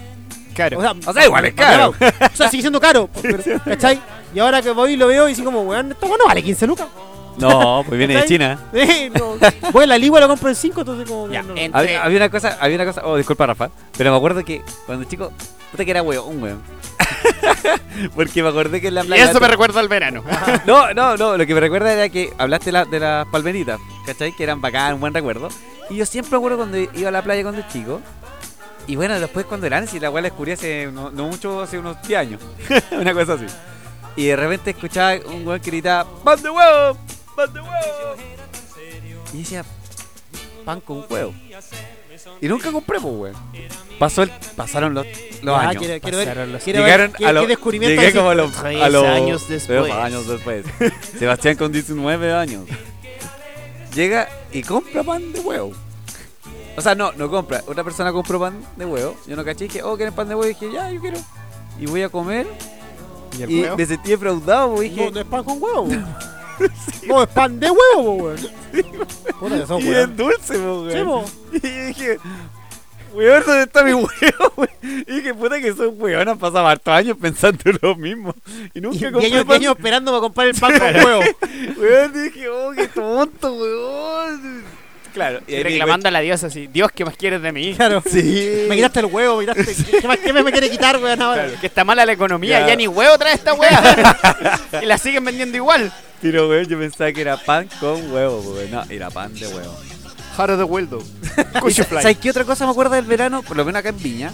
A: Claro.
B: O sea, igual es caro.
C: O sea, sigue siendo caro. pero, ¿Cachai? Y ahora que voy y lo veo y así como, weón, esto no vale 15 lucas.
B: No, pues viene de
C: ¿Cachai?
B: China.
C: Eh, no. Voy a la ligua y lo compro en 5, entonces como...
A: Ya,
C: no, no, no.
A: en- Entre-
B: Había, había una cosa, había una cosa, oh, disculpa Rafa, pero me acuerdo que cuando chico, puta que era weón, weón. Porque me acordé que en la
A: Y
B: playa.
A: eso me recuerda al verano.
B: No, no, no, lo que me recuerda era que hablaste de la- de las palmeritas, ¿cachai? Que eran bacán, un buen recuerdo. Y yo siempre me acuerdo cuando iba a la playa cuando chico. Y bueno, después cuando era si la cual la descubrí hace no, no mucho, hace unos 10 años. una cosa así. Y de repente escuchaba un weón que gritaba, ¡Pan de huevo! ¡Pan de huevo! Y decía, pan con huevo. Y nunca compré, pues, weón. Pasó el, pasaron los, los
C: Ah,
B: años.
C: quiero, quiero ver,
A: Pasaron los-
C: quiero ver
B: Llegaron
C: qué,
B: a los.
C: qué descubrimiento
B: llegué
C: hace-
B: como a los.
A: Tres
B: A los
A: años
B: tres
A: después.
B: años después. Sebastián con 19 años. Llega y compra pan de huevo. O sea, no, no compra. Otra persona compró pan de huevo. Yo no caché y dije, oh, ¿quieren pan de huevo? Y dije, ya, yo quiero. Y voy a comer.
A: ¿Y el
B: Y
A: huevo?
B: me sentí defraudado. porque
C: No,
B: Dije,
C: no es pan con huevo. No, es pan de huevo, weón. Puta que son,
B: y
C: weón.
B: es dulce, po, weón.
C: Sí, po.
B: Y dije, weón, ¿dónde está mi huevo? weón? Y dije, puta que son weón, han pasado hartos años pensando lo mismo. Y
C: Y,
B: nunca
C: y
B: compré
C: años,
B: pan.
C: y años esperando para comprar el pan con huevo.
B: Weón, dije, oh, qué tonto, weón. Claro, y
A: Y
B: ahí me di
A: reclamando a la diosa así, Dios, ¿qué más quieres de mí?
C: Claro.
B: Sí.
C: Me quitaste el huevo, me quitaste. ¿Qué, más, qué más me quiere quitar, weón? Ahora.
A: Que está mala la economía,
B: Ya.
A: ya ni huevo trae esta wea. y la siguen vendiendo igual.
B: cuenta, Pero, weón, yo pensaba que era pan con huevo, weón. No, era pan de huevo.
A: Heart of the Wildo. Cuchufly.
B: ¿Sabes qué otra cosa me acuerdo del verano? Por lo menos acá en Viña.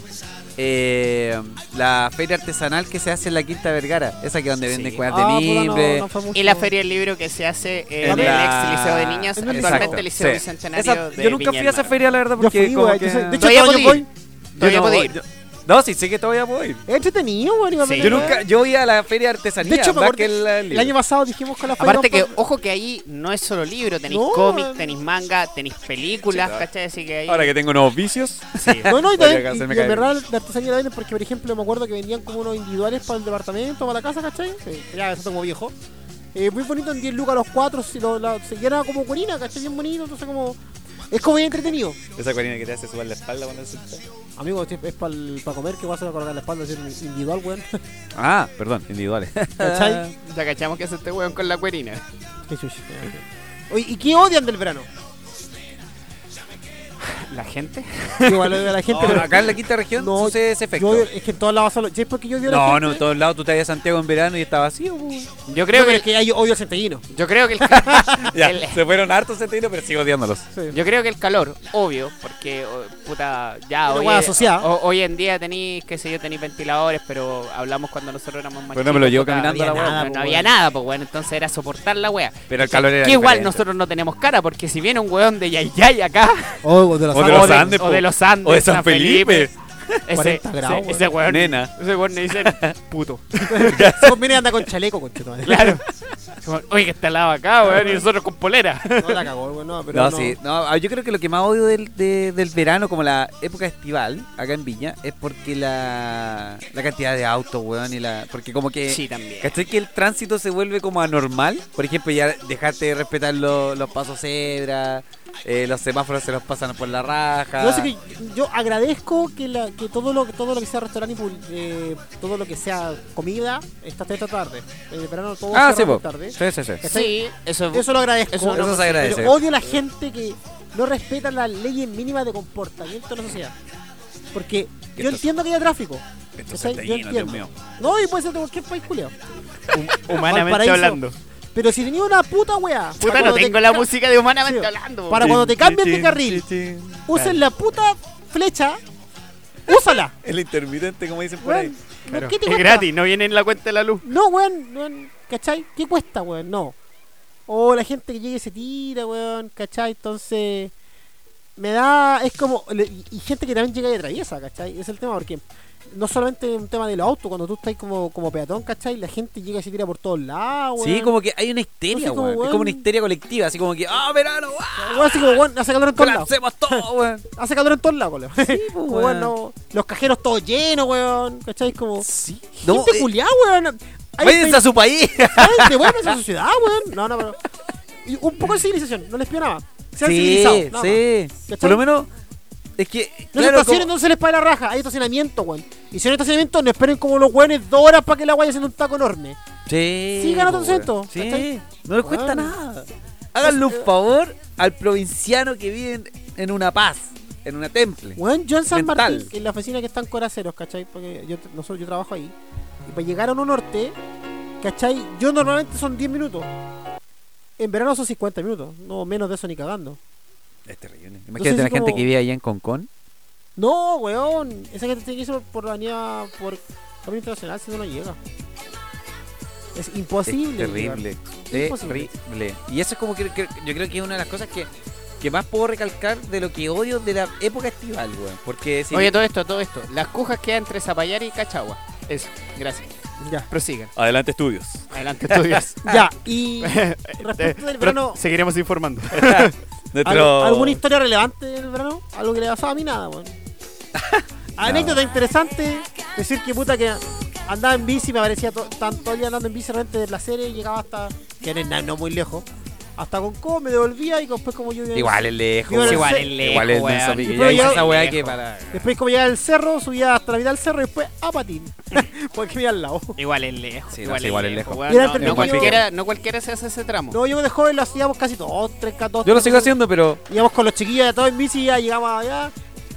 B: Eh, la feria artesanal que se hace en la Quinta Vergara. Esa que donde
A: Sí.
B: venden cuerdas
C: Ah,
B: de
C: puta, no,
B: mimbre.
C: no fue mucho.
A: Y la feria del libro que se hace en,
B: En
A: el
B: la-
A: ex Liceo de Niñas,
C: En el
A: actualmente
B: Exacto,
A: el Liceo
B: sí.
A: Bicentenario
B: Esa-
A: de
B: Yo nunca fui a esa
A: Viña
B: feria, la verdad,
C: Yo
B: porque
C: fui,
B: como
C: weón.
B: que...
C: yo sé- De hecho,
A: Todavía
C: todo yo
A: podía ir.
C: voy.
A: del Mar.
B: yo
A: Todavía
B: no
A: puedo
B: voy-
A: ir. Eh,
B: yo- No, sí, sé que todavía puedo ir.
C: Es entretenido, weón. igualmente,
A: Sí.
B: Yo nunca, yo voy a la feria de artesanía.
C: De hecho, me
B: más
C: acuerdo
B: que el, el
C: El
B: libro.
C: año pasado dijimos con la feria
A: Aparte que,
C: un pan-
A: ojo que ahí no es solo libro, tenéis
C: No,
A: cómics,
C: man.
A: tenéis manga, tenéis películas, ¿cachai? Así que ahí...
B: Ahora que tengo nuevos vicios.
A: Sí.
C: No, no, y
B: Podría
C: también, y,
B: hacerme
C: y en
B: caer.
C: verdad la artesanía la venden porque, por ejemplo, me acuerdo que vendían como unos individuales para el departamento, para la casa, ¿cachai? Sí, ya, eso como viejo. Eh, muy bonito en 10 lucas los cuatro, si lo, la, se llena como curina, ¿cachai? Bien bonito, entonces como... Es como bien entretenido.
B: Esa cuarina que te hace subir la espalda cuando se
C: Amigo, este es para comer, que vas a colgar la espalda, es decir, individual, weón.
B: Ah, perdón, individuales. Ah.
C: ¿Cachai?
A: Ya cachamos que es este weón con la cuerina.
C: Qué chucha. Oye, ¿y qué odian del verano?
A: ¿La gente?
C: Igual lo de la gente, pero...
B: acá en la quinta región no,
C: No,
B: sucede ese efecto.
C: yo odio- es que en todas las solo... ¿Sí es porque yo odio a la
B: no,
C: gente?
B: no, en todos lados tú te vas a Santiago en verano y está vacío. po.
A: Yo
C: Creo
A: creo
C: que es
A: que...
C: que hay odio al centellino.
A: Yo creo que el...
B: Ya,
A: el-
B: se fueron hartos centenios, pero sigo odiándolos.
C: Sí.
A: Yo creo que el calor, obvio, porque o- puta, ya
C: Una
A: hoy,
C: hueá asociada.
A: o- hoy en día tenéis, qué sé yo, tenéis ventiladores, pero hablamos cuando nosotros éramos más
B: Pero no me lo
A: chicos,
B: llevo
A: puta,
B: caminando
A: había
B: la hueá,
A: nada,
B: po,
A: No
B: weón.
A: había nada, pues bueno, entonces era soportar la wea.
B: Pero el calor era
A: Que igual
B: diferente.
A: nosotros no tenemos cara, porque si viene un weón de Yayay acá,
C: Oh, de la
B: O de
A: o
B: los
A: de-
B: Andes,
A: o
B: po.
A: de los Andes,
B: O de San Felipe.
A: ese,
C: 40 grados,
A: ese, ese weón,
B: Nena.
A: ese weón le dice puto.
C: Viene anda con chaleco, conchetumare.
A: Claro. Oye, que está al lado acá, weón, y nosotros con polera.
C: No la cagó, weón, no, pero
B: no,
C: no.
B: sí. No, ah, yo creo que lo que más odio del, de- del verano, como la época estival, acá en Viña, es porque la, la cantidad de autos, weón, y la... Porque como que...
A: Sí, también.
B: ¿Cachai que el tránsito se vuelve como anormal? Por ejemplo, ya dejaste de respetar lo- los pasos cebra, eh, los semáforos se los pasan por la raja.
C: Yo sé que yo agradezco que, la, que todo lo todo lo que sea restaurante y pul- eh, todo lo que sea comida está hasta esta tarde. En el verano todo
B: Ah,
C: cierra
B: sí, po.
C: tarde.
B: Sí, sí, sí.
C: ¿Cachai?
A: Sí, eso,
C: Eso lo agradezco.
A: Eso no
B: Eso se agradece.
C: Pero odio a la gente que no respetan las leyes mínimas de comportamiento en la sociedad. Porque yo
B: Esto es-
C: entiendo que haya tráfico.
B: Esto
C: ¿cachai?
B: está
C: Yo
B: lleno, Dios
C: entiendo.
B: mío.
C: No, y puede ser de cualquier país, Julio.
D: Humanamente
C: Valparaíso.
D: hablando.
C: Pero si tenía una puta weá.
A: Puta,
C: para
A: no
C: cuando te
A: tengo la
C: ca-
A: música de humanamente
C: Sí.
A: hablando.
C: Para cuando te cambies de
D: Chin,
C: carril,
D: chin, chin.
C: Usen la puta flecha. Úsala.
B: El intermitente, como dicen por ahí.
C: Weón, ¿qué te
A: es
C: cuesta?
A: gratis, no viene en la cuenta de la luz.
C: No, weón, weón, ¿cachai? ¿Qué cuesta, weón? No. O la gente que llega y se tira, weón, ¿cachai? Entonces, me da, es como, le- y y gente que también llega y atraviesa, ¿cachai? Es el tema, porque no solamente es un tema del auto, cuando tú estás como, como peatón, ¿cachai? La gente llega y se tira por todos lados, weón.
B: Sí, como que hay una histeria,
C: No sé, como,
B: weón. Es como una
C: weón.
B: histeria colectiva, así como que, ¡ah, verano! ¡Ah!
C: Weón, así como, weón, hace calor en todos lados.
B: ¡Colapsemos todo, weón!
C: Hace calor en todos lados, weón. Como,
B: pues, weón.
C: weón, no- los cajeros todos llenos, weón, ¿cachai? Como,
B: Sí. No,
C: gente
B: eh,
C: culiada, weón. Hay
B: váyanse a su país.
C: Ay, de vuelves a su ciudad, weón. No, no, pero. y un poco de civilización, no les pido nada. Sean civilizados. nada más.
B: sí.
C: ¿Cachai?
B: Por lo menos, es que,
C: No
B: claro,
C: se estacionen, no se les paga la raja. Hay estacionamiento, weón. Y si no hay estacionamiento, no esperen como los weones dos horas para que la vaya haciendo un taco enorme.
B: como- Sí.
C: Sigan a
B: po,
C: 200,
B: weón. Sí.
C: ¿cachai?
B: No les cuesta
C: Weón.
B: nada. Háganle un favor al provinciano que vive en, en una paz, en una temple.
C: Weón, yo en San
B: Mental.
C: Martín, en la oficina que están coraceros, ¿cachai? Porque yo, nosotros, yo trabajo ahí. Y para llegar a uno norte, ¿cachai? Yo normalmente son 10 minutos. En verano son 50 minutos. No menos de eso ni cagando.
B: Es terrible. Imagínate
C: Entonces,
B: la
C: así
B: gente
C: como-
B: que vive allá en Concón.
C: No, weón. Esa gente tiene que irse por, por la avenida, por camino internacional, si no, no llega. Es imposible.
B: Es terrible.
C: Imposible.
B: Terrible. Y eso es como que, que- yo creo que es una de las cosas que, que más puedo recalcar de lo que odio de la época estival, weón. Porque si
A: Oye, todo esto, todo esto. Las cujas quedan entre Zapallar y Cachagua. Eso, gracias.
C: llegar. Ya.
A: Prosigan.
D: Adelante, estudios.
A: Adelante, estudios. Este,
B: Ah.
C: Ya, y respecto del verano,
A: seguiremos informando.
C: ¿al-
D: Nuestro-
C: ¿alguna historia relevante del verano? Algo que le pasaba a mí nada, weón. Anécdota interesante, decir que puta que andaba en bici, me parecía to- tan todo el día andando en bici realmente de placeres, llegaba hasta, que no es na- no muy lejos, hasta Concó, me devolvía y después como yo vivía en-
B: Igual es lejos.
C: Yo no
B: weón.
C: sé-
B: Igual es lejos. Igual es
A: weón.
B: denso,
A: Y
B: Pique.
C: pero
B: Ya hice
C: yo-
B: esa weá que
A: lejos.
B: para.
C: Después como llegaba al cerro, subía hasta la mitad del cerro y después a Patín, porque me iba al lado.
A: Igual es lejos.
B: Sí, no, sí, igual es lejos.
A: weón.
C: Mira,
A: No,
C: pero
A: no
C: yo-
A: cualquiera, no cualquiera se hace ese tramo.
C: No, yo de joven lo hacíamos casi todos, tres, catorce.
B: Yo lo sigo haciendo, pero.
C: Íbamos con los chiquillos, ya todos en bici, ya llegábamos allá,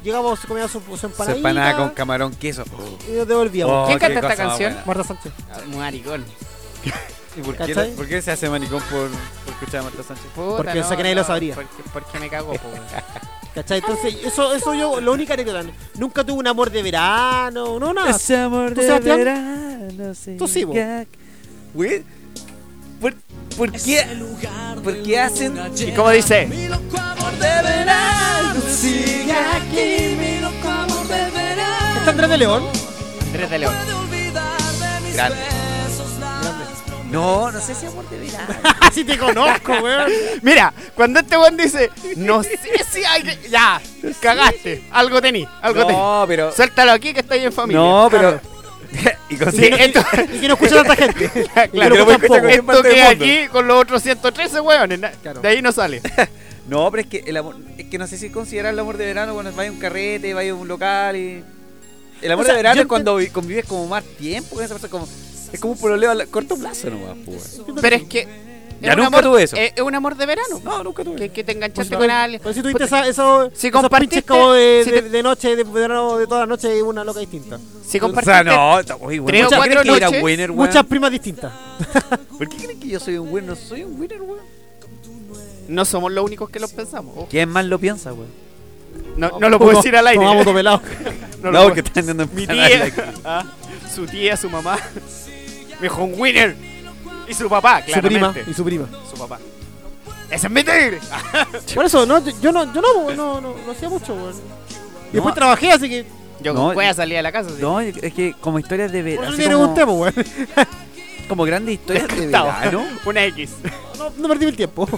C: llegábamos, comíamos su, su empanadita.
B: Sepanada con camarón, queso.
C: Y nos devolvíamos.
B: Oh,
A: ¿Quién
B: qué
A: canta esta
B: cosa más
A: canción?
B: buena.
C: Marta Sánchez.
A: Ah, Maricón.
B: ¿Y por, qué,
C: ¿Cachai?
B: por qué se hace manicón por, por escuchar a Marta Sánchez?
A: Puta,
C: Porque pensé que nadie lo sabría.
A: Porque, porque me cagó, po, weón.
C: ¿Cachai? Entonces, eso, eso yo, lo único anécdota. Nunca tuve un amor de verano, no,
B: Ah,
C: nada.
B: amor
C: ¿Tú, de Sebastián?
B: verano
C: Tú sí, vos.
B: Güey, ¿por, por qué, ¿por qué hacen...?
A: ¿Y cómo dice?
C: Está Este Andrés de León.
A: Andrés de León.
B: Grande. No, no sé si amor de verano.
C: Así te conozco, weón.
A: Mira, cuando este weón dice, no sé si hay que- Ya, cagaste. Algo tení, algo tení.
B: No, pero...
A: Suéltalo aquí que estoy en familia.
B: No, pero... y
A: Sí,
B: consigue...
A: esto-
C: Y que no escucha tanta gente. Y que
A: claro,
C: no
B: pero voy a
C: escucha
B: escuchar
C: poco.
B: con- en
A: esto
B: parte
A: que
B: del mundo.
A: aquí con los otros 113 weones. na-
C: Claro.
A: De ahí no sale.
B: No, pero es que el amor... Es que no sé si considerar el amor de verano cuando vaya a un carrete, vaya a un local y... El amor
C: O sea,
B: de verano
C: yo
B: es cuando vi- convives como más tiempo con esa persona, como... Es como un problema a corto plazo nomás, pues.
A: Pero es que.
B: Ya
A: es un
B: nunca
A: amor-
B: tuve eso.
A: Es, es un amor de verano.
B: No, nunca tuve.
A: Que, que te enganchaste
C: Pues,
A: con alguien.
C: Pues si tuviste esa, eso,
A: Si
C: esos pinches
A: compartiste-
C: como de,
A: si
C: de-
A: te-
C: de noche, de verano, de toda la noche, y una loca distinta.
A: Si
B: O sea,
A: compartiste.
B: no, uy,
A: tres o
B: ¿por qué
A: cuatro
B: creen que era
A: noches,
B: winner, weón?
C: Muchas primas distintas.
B: ¿Por qué creen que yo soy un winner? No soy un winner, weón.
A: No somos los únicos que lo pensamos. Oh,
B: ¿Quién más lo piensa, weón?
A: No, no lo puedo decir al aire.
C: Tomamos dos pelados.
A: No
B: No,
A: lo
B: porque
A: puedo-
B: están dando
A: Mi
B: empanadas.
A: tía. ah, su tía, su mamá. Me dijo un winner. Y su papá,
C: Su prima
A: claramente.
C: y su prima.
A: Su papá. ¡Ese es mi tigre! Ah,
C: Por eso, no, yo- yo no, yo no, no, no, no hacía mucho, weón. Y después
B: No.
C: trabajé, así que.
A: Yo
B: No,
C: eh,
A: voy a salir de la casa. sí.
B: No, es que como historias de
C: Por
B: verano.
C: eso te pregunté, pues, weón.
B: Como grandes historias de
A: Estaba.
B: verano.
A: Una X.
C: No, no perdí el tiempo.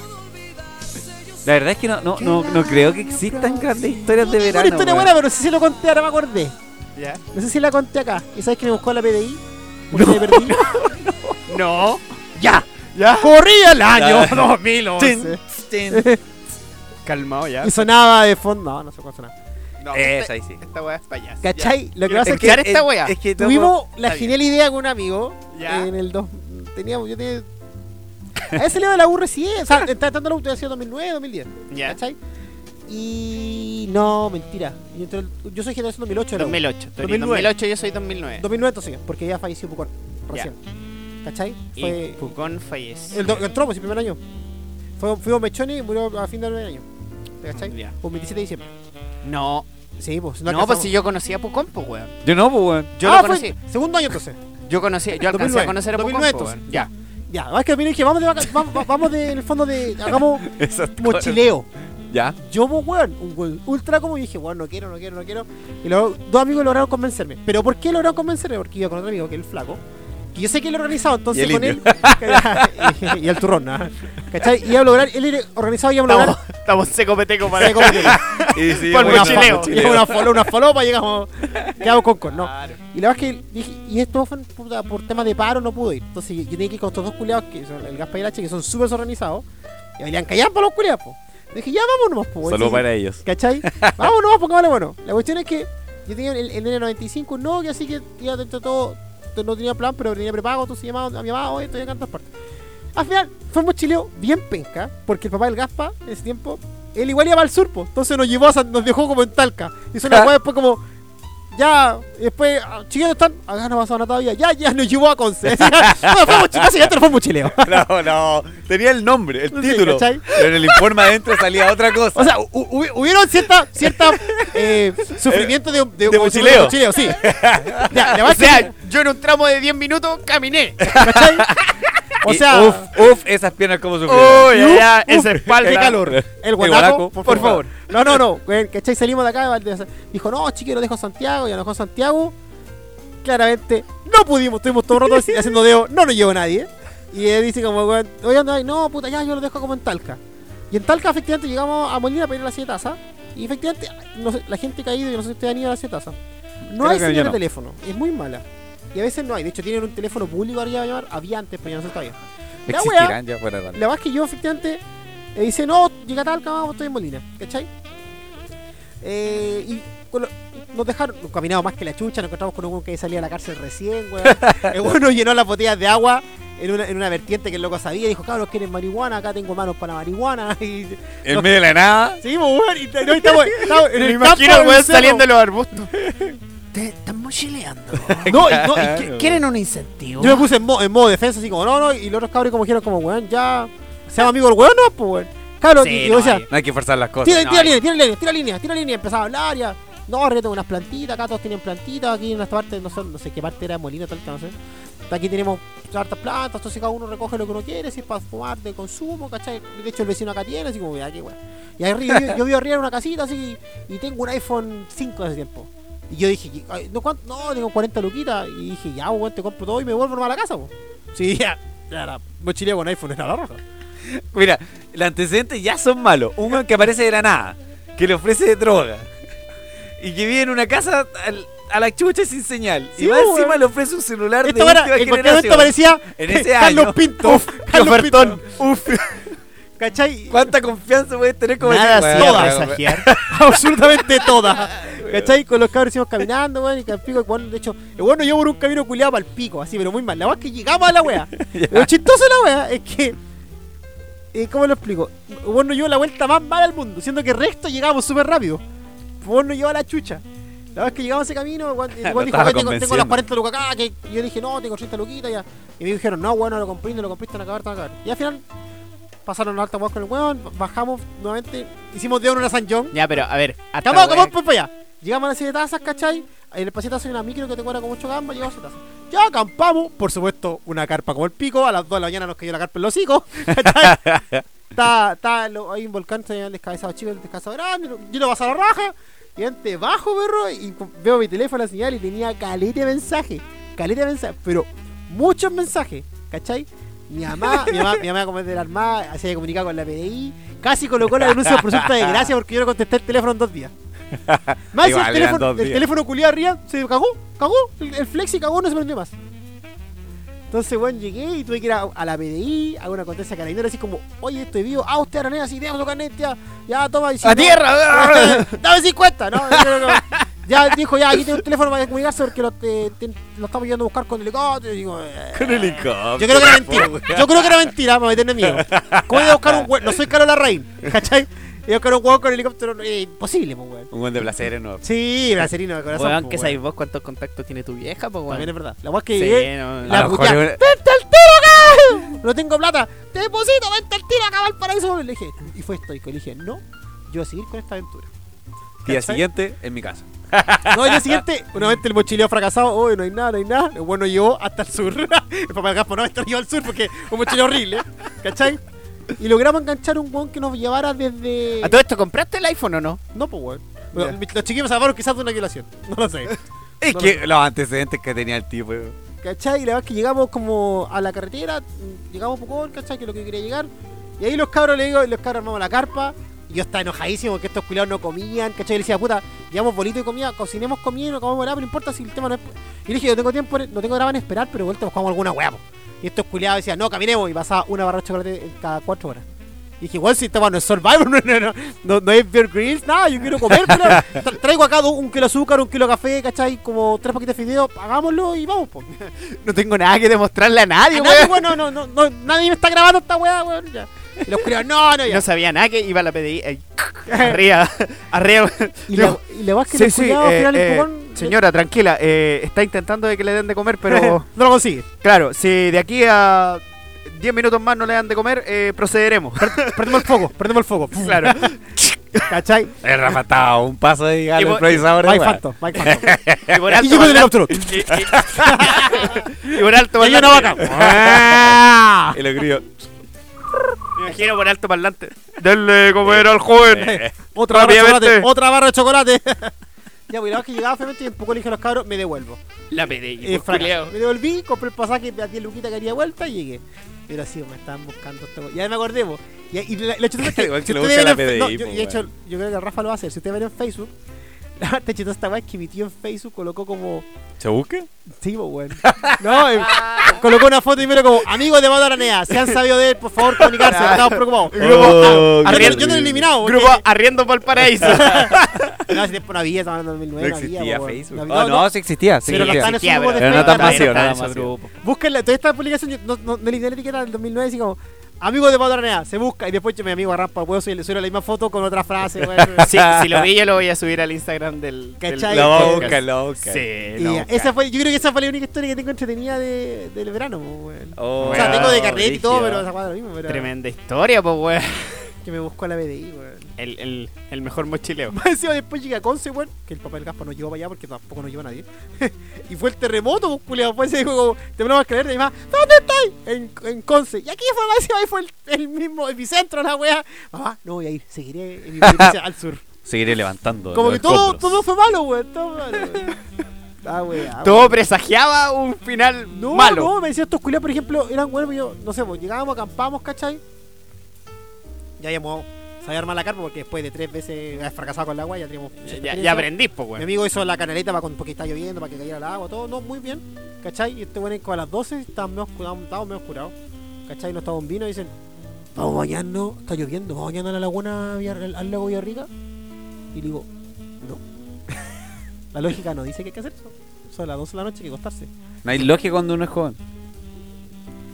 B: La verdad es que no, no, no, no creo que existan grandes historias de
C: Una
B: verano.
C: historia
B: weón.
C: buena, pero no sé si lo conté, ahora me acordé.
A: ¿Ya?
C: No sé si la conté acá. ¿Y sabes que me buscó la PDI? Porque me perdí.
A: No.
C: ¡Ya!
A: ¿Ya?
C: Corría el año
B: Ya.
C: 2011.
B: Tin, tin.
A: Calmado ya.
C: Y sonaba de fondo. No, no sé cuál sonaba.
A: No,
B: Esa
A: esta,
B: ahí sí.
A: esta weá es payasa.
C: ¿Cachai? Lo que
A: Quiero
C: pasa es que
A: escuchar esta weá.
B: Es que
C: tuvimos la
A: está bien.
C: genial idea con un amigo.
A: Ya.
C: En el dos Teníamos, yo tenía. A ese le de la U recién. O sea, está entrando la U, estoy haciendo 2009, 2010.
A: Ya.
C: ¿Cachai? y. No, mentira. Y entre el- Yo soy generación 2008, era.
A: 2008. Tú eres
C: 2009.
A: 2008, yo soy 2009.
C: 2009 entonces, porque ya falleció Pucón. Recién. ¿Cachai?
A: Y
C: Fue.
A: Pucón falleció.
C: El, do- entró, pues, el primer año. Fue, fuimos Mechoni y murió a fin del primer año. ¿Cachai?
A: Ya.
C: Un 27 de diciembre.
A: No,
C: Sí, pues.
A: no, pues si yo conocí a Pucón, pues, weón.
B: Yo no, pues, weón.
A: Yo
C: ah,
A: lo
C: fue
A: conocí.
C: segundo año entonces.
A: Yo conocí, yo alcancé
C: 2009,
A: a conocer a Pucón,
C: 2009,
A: pues, weón. Ya.
C: ya, es que miren que vamos de vaca- vamos, va- vamos de, en el fondo de. Hagamos
B: Esas cosas.
C: mochileo.
B: Ya.
C: Yo, pues, weón, un weón ultra como y dije, weón, no quiero, no quiero, no quiero. Y los dos amigos lograron convencerme. ¿Pero por qué lograron convencerme? Porque iba con otro amigo, que es el flaco. Que yo sé que él organizado, entonces
B: Y el
C: con
B: indio.
C: él. y, y el turrón, ¿no? ¿cachai? Y iba a lograr, él era organizado y íbamos a lograr.
A: Estamos, estamos seco peteco para
C: Sí, como que-
B: Y sí,
A: Por
B: bueno,
A: mochileo.
C: Llegamos a una folo- una falopa, llegamos. Quedamos con con, ¿no? Y la verdad es que dije, y esto fue puta, por temas de paro, no pude ir. Entonces yo, yo tenía que ir con estos dos culiados, que son el Gaspa y el H, que son súper desorganizados. Y bailan callados para los culiados, po. Dije, ya vámonos, po. weón.
B: Saludos
C: Sí,
B: para ellos.
C: ¿Cachai? vámonos, porque vale, bueno. La cuestión es que yo tenía el, el N95 un Nokia, así que ya dentro de todo t- no tenía plan, pero tenía prepago, entonces llamaba a mi mamá, oye, estoy acá en todas partes. Al final, fue un chileo bien penca, porque el papá del Gaspa, en ese tiempo, él igual iba al surpo, entonces nos llevó a San- nos dejó como en Talca. Hizo una hueá después como, ya, y después, ah, chiquillos están, acá no ha pasado nada todavía, ya, ya, nos llevó a Conce. no, fue mochileo, básicamente no fue mochileo.
B: No, no. Tenía el nombre, el
C: Sí,
B: título.
C: ¿cachai?
B: Pero en el informe adentro salía otra cosa.
C: O sea, hu- hu- hubieron cierta, cierta eh, sufrimiento de,
B: De mochileo.
C: mochileo, sí. Ya, la
A: O
C: verdad es
A: sea, yo en un tramo de 10 minutos caminé.
C: que- o
B: Y
C: sea,
B: Uf, uf, esas piernas como sufrieron.
A: Uy,
C: uf,
A: allá,
C: uf,
A: esa espalda.
C: qué calor. El guanaco,
B: guanaco,
C: por,
B: por
C: favor. No, no, no. güey, ¿Cachai? Salimos de acá. de Valdez- Dijo, no, chiquillo, lo dejo a Santiago. Y a lo dejó a Santiago. Claramente, no pudimos. Estuvimos todo el rato así, haciendo dedo. No nos llevó nadie. Y él dice como, güey, oye, anda ahí. No, puta, ya, yo lo dejo como en Talca. Y en Talca, efectivamente, llegamos a Molina a pedir la silla de taza. Y efectivamente, no sé, la gente caído y no sé si ustedes han ido a la silla de taza. No
B: Creo
C: hay
B: que
C: señal
B: yo
C: de
B: no.
C: teléfono. Es muy mala. Y a veces no hay. De hecho, tienen un teléfono público ahora ya va a llamar. Había antes, pero ya no se está bien. La wea-
B: Existirán ya fuera de radio.
C: la verdad es que yo efectivamente eh, dice, no, llega tal, vamos, estoy en Molina, ¿cachai? Eh, y con lo- nos dejaron, nos caminamos más que la chucha, nos encontramos con un weón que salía de la cárcel recién, weón. El weón nos llenó las botellas de agua en una, en una vertiente que el loco sabía, dijo, cabros, quieren marihuana, acá tengo manos para marihuana. Y
B: En medio de la nada.
C: seguimos, weón, y te- no, y estamos, estamos en
A: Me
C: el
A: imagino
C: campo,
A: el weón
C: en el
A: saliendo de
C: cerro.
A: los arbustos. Te están mochileando.
C: No, y- no, y que-
B: Claro.
A: ¿Quieren un incentivo?
C: yo me puse en, mo- en modo defensa, así como, no, no, y los otros cabros como dijeron, como, weón, ya, seamos amigos del weón, no, pues, weón. Cabros,
A: Sí,
C: y, y
A: no
C: yo decía,
A: hay.
B: No hay que forzar las cosas.
C: Tira,
A: No,
C: tira
A: ahí.
C: línea, tira línea, tira línea, tira línea. Empezaba a hablar ya. No, arriba tengo unas plantitas, acá todos tienen plantitas, aquí en esta parte, no sé, no sé qué parte era Molina, tal, que no sé. Aquí tenemos hartas plantas, entonces cada uno recoge lo que uno quiere, si es para fumar de consumo, ¿cachai? De hecho el vecino acá tiene, así como, ya, qué weón. Y ahí arriba, yo, yo vivo arriba en una casita así y tengo un iPhone 5 de ese tiempo. Y yo dije, que- ay, no, ¿cuánto? no, tengo 40 luquitas. Y dije, ya, weón, te compro todo y me vuelvo nomás a la casa, weón. Sí, ya, ya, la mochilea con iPhone era la roja.
B: Mira, los antecedentes ya son malos. Un weón que aparece de la nada, que le ofrece droga y que vive en una casa al- a la chucha sin señal.
C: Sí, pues,
B: y más
C: weón.
B: encima le ofrece un celular
C: Esto
B: de
C: era,
B: última
C: en cualquier
B: generación.
C: momento parecía
B: En ese
C: Carlos
B: año.
C: Pinto.
B: Uf,
C: Carlos
B: qué ofertón.
C: Pinto. ¿Cachai?
B: ¿Cuánta confianza puedes tener como
A: Nada
B: ese
A: sin
B: weón?
A: presagiar.
C: Absolutamente toda. ¿Cachai? Con los cabros íbamos caminando, weón, y que al pico, el weón, de hecho, el weón nos llevó por un camino culiado para el pico, así, pero muy mal. La verdad es que llegamos a la wea. Lo chistoso de la wea es que. eh, ¿Cómo lo explico? El weón nos llevó la vuelta más mala al mundo, siendo que el resto llegamos súper rápido. El weón nos llevó a la chucha. La verdad es que llegamos a ese camino, el weón, el
B: Lo
C: weón dijo,
B: estaba
C: "Oye, tengo, tengo las
B: convenciendo.
C: 40 lucas acá, que y yo dije, no, tengo 30 luquitas ya. Y me dijeron, no, weón, no lo compré, no lo compré, están a acabar, están a acabar. Y al final pasaron alta weón con el weón, bajamos nuevamente, hicimos de oro en una San John.
A: Ya, pero a ver. Hasta
C: Estamos,
A: weón-
C: vamos por allá. Llegamos a la serie de tazas, ¿cachai? En el pasillo de tazas hay una micro que te cobra como 8 gambas, llegamos a la serie de tazas. Ya acampamos, por supuesto, una carpa como el pico. A las 2 de la mañana nos cayó la carpa en los hocicos, ¿cachai? está, está, lo- hay un volcán, se llama el descabezado chico, el descabezado grande. lo- Yo lo paso a la raja, y antes bajo, perro, y co- veo mi teléfono, la señal, y tenía caleta de mensaje. Caleta de mensaje, pero muchos mensajes, ¿cachai? Mi mamá, mi mamá, mi mamá como es de la Armada, se había comunicado con la PDI, casi colocó la denuncia por presunta desgracia porque yo no contesté el teléfono en dos días. Más encima
B: Igual,
C: el
B: eran
C: teléfono,
B: dos
C: el
B: días.
C: teléfono culiado arriba se cagó, cagó, el, el flexi cagó, no se prendió más. Entonces, weón, llegué y tuve que ir a, a la PDI, a una contencia carabinera, así como, oye, estoy vivo, ah, usted aranea, sí, déjame su carnet, ya, ya, toma, y si
B: ¡A
C: no-
B: tierra!
C: Dame 50, no, no, no, no. Ya dijo, ya, aquí tengo un teléfono para comunicarse porque lo, eh, te- lo estamos yendo a buscar con helicóptero. Y digo, eh,
B: Con helicóptero.
C: yo creo que era mentira. Yo creo que era mentira para meterme miedo. ¿Cómo voy a buscar un hue- No soy Carola Larraín, ¿cachai? Y yo con un huevo con helicóptero es imposible, pues, weón.
B: Un buen de placer, ¿no?
C: Sí, bracerino de corazón.
A: Weón,
C: pues,
A: que
C: weón.
A: sabéis vos cuántos contactos tiene tu vieja, pues,
C: También
A: weón.
C: es verdad. La weá es que
A: Sí,
C: llegué,
A: no,
C: La
B: A lo mejor
C: puteada.
B: es una-
C: ¡Vente al tiro acá! No tengo plata. Te deposito, vente al tiro acá, Valparaíso. Le dije, y fue estoico. Le dije, no, yo voy a seguir con esta aventura.
B: Día
C: ¿Cachai?
B: siguiente, en mi casa.
C: No, al día siguiente, una vez el mochileo fracasado, hoy no hay nada, no hay nada. El bueno llegó hasta el sur. El papá del Gaspo no, esto llegó al sur porque un mochileo horrible, ¿eh? ¿cachai? Y logramos enganchar un weón que nos llevara desde.
A: ¿A todo esto compraste el iPhone o no?
C: No, pues weón. Bueno, Los chiquillos se salvaron quizás de una violación. No lo sé.
B: Es
C: No lo
B: que los antecedentes que tenía el tipo.
C: ¿Cachai? Y la verdad es que llegamos como a la carretera, mm, llegamos a Pucón, ¿cachai? Que es lo que quería llegar. Y ahí los cabros le digo, y los cabros armamos la carpa. Y yo estaba enojadísimo porque estos culiados no comían, ¿cachai? Y le decía, puta, llevamos bonito y comida, cocinemos comida y no comamos nada, pero no importa si el tema no es. Y le dije, yo tengo tiempo, no tengo nada en esperar, pero vuelta buscamos alguna hueá, po. Y estos culiados decían, no, caminemos. Y pasaba una barra de chocolate en cada cuatro horas. Y dije, bueno, si esta weá no es Survivor, no, no, no, no, no es Beer Grylls, nada, yo quiero comer, culiao. Tra- Traigo acá do- un kilo de azúcar, un kilo de café, ¿cachai? Como tres paquetes de fideos, hagámoslo y vamos, po.
A: No tengo nada que demostrarle a nadie,
C: A
A: weón.
C: nadie, weón, no, no, no, no, nadie me está grabando esta weá, weón. ya. Y los culiados, no, no, ya.
A: No sabía nada que iba a la PDI. ahí, arriba, arriba.
C: y,
A: Digo,
C: la, y la weá es que
A: sí,
C: los
A: sí,
C: culiados al
A: eh,
C: final
A: eh,
C: en Pucón-
A: señora, tranquila. eh, está intentando de que le den de comer, pero
C: no lo consigue.
A: claro, si de aquí a 10 minutos más no le dan de comer, eh, procederemos.
C: Perdemos el foco, perdemos el foco.
A: claro.
C: ¿Cachai?
B: El Eh, Rafa estaba a un paso de llegar
A: Y
B: al
A: vos-
B: improvisador.
C: Mike
B: weón.
C: Phantom, Mike Phantom.
A: Y por
C: Y
A: alto,
C: llegó el
A: parlante-
C: helicóptero.
A: y por alto
C: Y hay una
A: parlante-
C: vaca.
B: Y lo grillo.
A: Me imagino por alto parlante. Denle de comer al joven.
C: Otra barra de
A: Rápidamente.
C: chocolate, otra barra de chocolate. ya, pues, y la vez que llegaba, obviamente, y un poco le dije a los cabros, me devuelvo.
A: La PDI.
C: Eh,
A: pues,
C: fracaso.
A: culiao.
C: me devolví, compré el pasaje a 10 luquitas que haría vuelta y llegué. Pero así, me estaban buscando esta wea. Y ahí me acordé, po. Y, y la, la chistosa es que.
B: Igual que
C: si
B: lo
C: ustedes
B: busca
C: ven
B: la
C: en- no,
B: PDI,
C: yo,
B: po,
C: y de hecho, yo creo que el Rafa lo va a hacer. Si ustedes ven en Facebook, la parte chistosa de esta weá es que mi tío en Facebook colocó como.
B: ¿Se busca?
C: Sí, po, weón. No, eh, colocó una foto primero como amigos de Mato Aranea. Si han sabido de él, por favor, comunicarse. Estamos preocupados.
A: Grupo,
B: Oh,
A: ah,
B: qué
C: Arriba- yo no
B: terrible.
C: lo he eliminado.
A: Grupo Arriendo por el Paraíso.
C: porque- "Ah, No, si después no había, estaba en 2009.
B: no existía
C: había, po, weón.
B: Facebook.
C: No
B: Ah,
C: había-
B: no, sí existía. Sí
C: Pero lo
B: existía.
C: están-
A: Existía,
C: grupo de
B: Pero no tan
A: Facebook,
B: masivo,
A: está
B: no
A: en
B: tan
A: ese
B: masivo.
A: grupo.
C: Busquenla, toda esta publicación, yo no, no, no le di la etiqueta del 2009, así como, amigos de Patronea, se busca, y después yo, mi amigo arrampa el huevo, soy, soy la misma foto con otra frase, güey.
A: Sí, si lo vi, yo lo voy a subir al Instagram del. del
C: ¿Cachai?
B: Lo
A: podcast.
B: busca, lo busca.
A: Sí,
C: Y
A: lo
C: ya,
A: busca.
C: esa fue, yo creo que esa fue la única historia que tengo entretenida de, del verano, güey.
B: Oh,
C: o sea,
B: weón,
C: tengo de carrera y todo,
B: brígido.
C: pero esa fue lo mismo, pero
A: Tremenda historia, pues, weón.
C: que me buscó la BDI, güey.
A: El, el, el mejor mochileo.
C: Más encima después llega Conce, güey, que el papá del Gaspa no llegó para allá porque tampoco nos llevó a nadie. y fue el terremoto, pues, culiao, después se dijo como, te me lo vas a creer, y mi mamá, ¿dónde estoy? En, en Conce. Y aquí fue, más encima, ahí fue el, el mismo epicentro, la wea. Mamá, no voy a ir, seguiré en mi provincia al sur.
B: Seguiré levantando.
C: Como
B: los
C: que todo,
B: escombros.
C: todo fue malo, weón. Todo malo, weón. Ah, weá,
A: Todo presagiaba un final
C: weón. No,
A: malo.
C: no, me decían estos culiados, por ejemplo, eran weón, yo, no sé, pues, llegábamos, acampábamos, ¿cachai? Ya llamó, sabía armar la carpa porque después de tres veces eh, fracasado con el agua, ya teníamos. mucha
A: Ya,
C: experiencia.
A: ya aprendí, pues,
C: Mi
A: weón.
C: amigo hizo la canaleta para con- porque está lloviendo, para que cayera el agua, todo, no, muy bien, ¿cachai? Y este weón como a las 12 estábamos medio oscurados, estábamos medio oscurados, ¿cachai? Nos tomamos un vino y dicen, vamos a bañarnos, está lloviendo, vamos a bañarnos a la laguna, Villar- al, al lago Villarrica. Y le digo, no. la lógica no dice que hay que hacer eso. Son las 12 de la noche, hay que acostarse.
B: No hay lógica cuando uno es joven.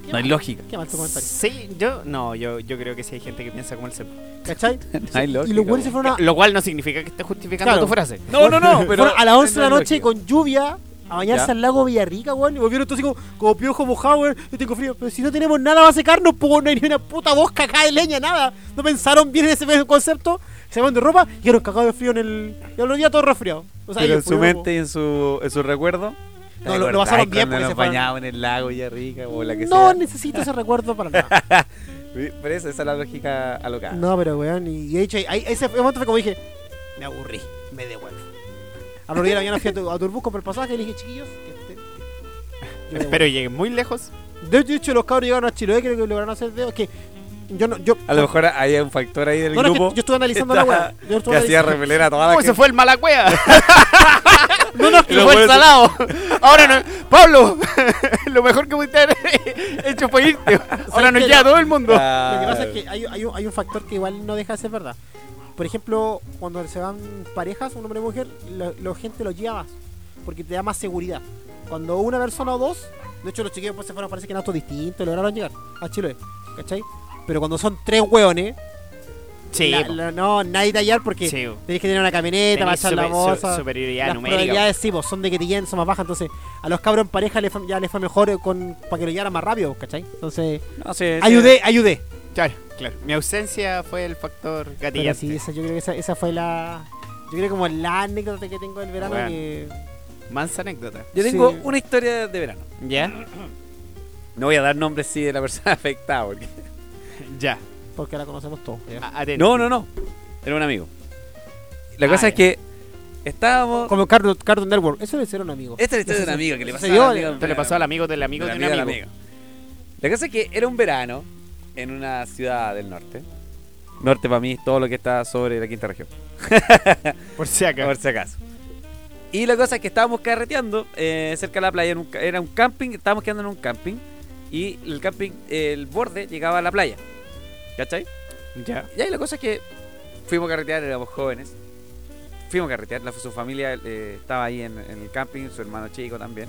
C: Qué
B: No hay
C: mal-
B: lógica.
C: Qué mal tu comentario,
A: Sí, yo. No, yo, yo creo que sí hay gente que piensa como el cepo.
C: ¿cachai?
B: No hay lógica.
C: Y los weones se
B: weón.
C: fueron a,
A: Lo cual no significa que esté justificando
C: Claro.
A: tu frase.
B: No, no, no. Pero
C: Fueron a las 11 de la
B: no hay
C: noche
B: lógica.
C: con lluvia a bañarse
B: Ya.
C: al lago Villarrica, weón. Y volvieron todos así como, como piojo mojado, weón. Yo tengo frío. Pero si no tenemos nada va a secarnos, pues weón, no hay ni una puta bosca acá de leña, nada. No pensaron bien en ese concepto. Se van de ropa y quedaron cagados de frío en el. Y al otro día todos resfriados. O sea,
B: Pero
C: ellos
B: en su
C: pudieron,
B: mente y en su, en su recuerdo.
C: No,
B: ¿te
C: lo- lo
B: acordás
C: pasaron bien
B: cuando
C: porque se
B: nos
C: fueron-
B: bañamos en el lago ya rica o la que
C: pues. No
B: sea.
C: necesito ese recuerdo para nada.
B: Sí, Pero esa, esa es la lógica alocada.
C: No, pero weón. Y de hecho, ahí- ahí- ese momento fue como dije, me aburrí, me devuelvo. A los días de la mañana fui a, tu, a Turbus, compré el pasaje y le dije, chiquillos, que esté. bien. Yo me
A: Espero lleguen muy lejos.
C: De hecho, los cabros llegaron a Chiloé, creo que lograron hacer dedos. Que yo no. Yo,
B: A lo mejor hay un factor ahí del
C: no, no, es que
B: grupo
C: yo estuve analizando la weá. Yo estuve
B: que hacía
C: analizando-
B: repeler a toda la
A: ¿Cómo se
B: gente.
A: fue el Malacuea?
C: No, no, es que
A: Lo
C: fue
A: fue el
C: salado.
A: salado. Ahora no. Pablo, lo mejor que pudiste haber hecho fue irte. Ahora nos
C: que
A: queda
C: no?
A: todo el mundo.
C: Lo que pasa es que hay, hay un- hay un factor que igual no deja de ser verdad. Por ejemplo, cuando se van parejas, un hombre y mujer, la, la gente los lleva más. Porque te da más seguridad. Cuando una persona o dos, de hecho los chiquillos después se fueron, parece que en autos distintos, lograron llegar a Chiloé. ¿Cachai? Pero cuando son tres hueones,
A: Sí,
C: la-
A: po.
C: la- no, nadie tallar porque
A: Sí, po.
C: tenés que tener una camioneta,
A: Tenés
C: pasar la
A: super- su-
C: moza.
A: superioridad
C: Las
A: numérica.
C: probabilidades sí, po, son de que te lleguen, son más bajas. Entonces, a los cabros en pareja les fue- ya les fue mejor eh, con, para que lo llegaran más rápido, ¿cachai? Entonces,
B: No sé.
C: ayudé, ayudé.
A: Claro, claro. Mi ausencia fue el factor
C: Pero
A: gatillante.
C: sí, esa, yo creo que esa, esa fue la. Yo creo que como la anécdota que tengo del verano
A: Bueno.
C: que.
A: Mansa anécdota.
B: Yo tengo
C: Sí.
B: una historia de verano.
A: ¿Ya?
B: No voy a dar nombres sí de la persona afectada. Porque...
A: Ya.
C: Porque la conocemos todos.
A: A- atento.
B: No, no, no. Era un amigo. La
A: Ah,
B: cosa es
A: ya.
B: que estábamos.
C: Como Cartoon, Cartoon Network, eso lo hicieron amigos.
B: Esta es la historia de un
C: Ese-
B: amigo que le
C: ese
B: pasó
C: yo-
B: al amigo.
A: Esto le pasó al amigo del amigo de,
B: del
A: un
B: amigo
A: amigo.
B: del amigo. La cosa es que era un verano en una ciudad del norte. Norte para mí es todo lo que está sobre la quinta región.
A: Por si acaso.
B: Por si acaso. Y la cosa es que estábamos carreteando eh, cerca de la playa. en un ca- era un camping, estábamos quedando en un camping. Y el camping, el borde llegaba a la playa. ¿Cachai?
A: Ya.
B: Y ahí la cosa es que fuimos a carretear, éramos jóvenes. Fuimos a carretear, la, su familia eh, estaba ahí en, en el camping, su hermano chico también.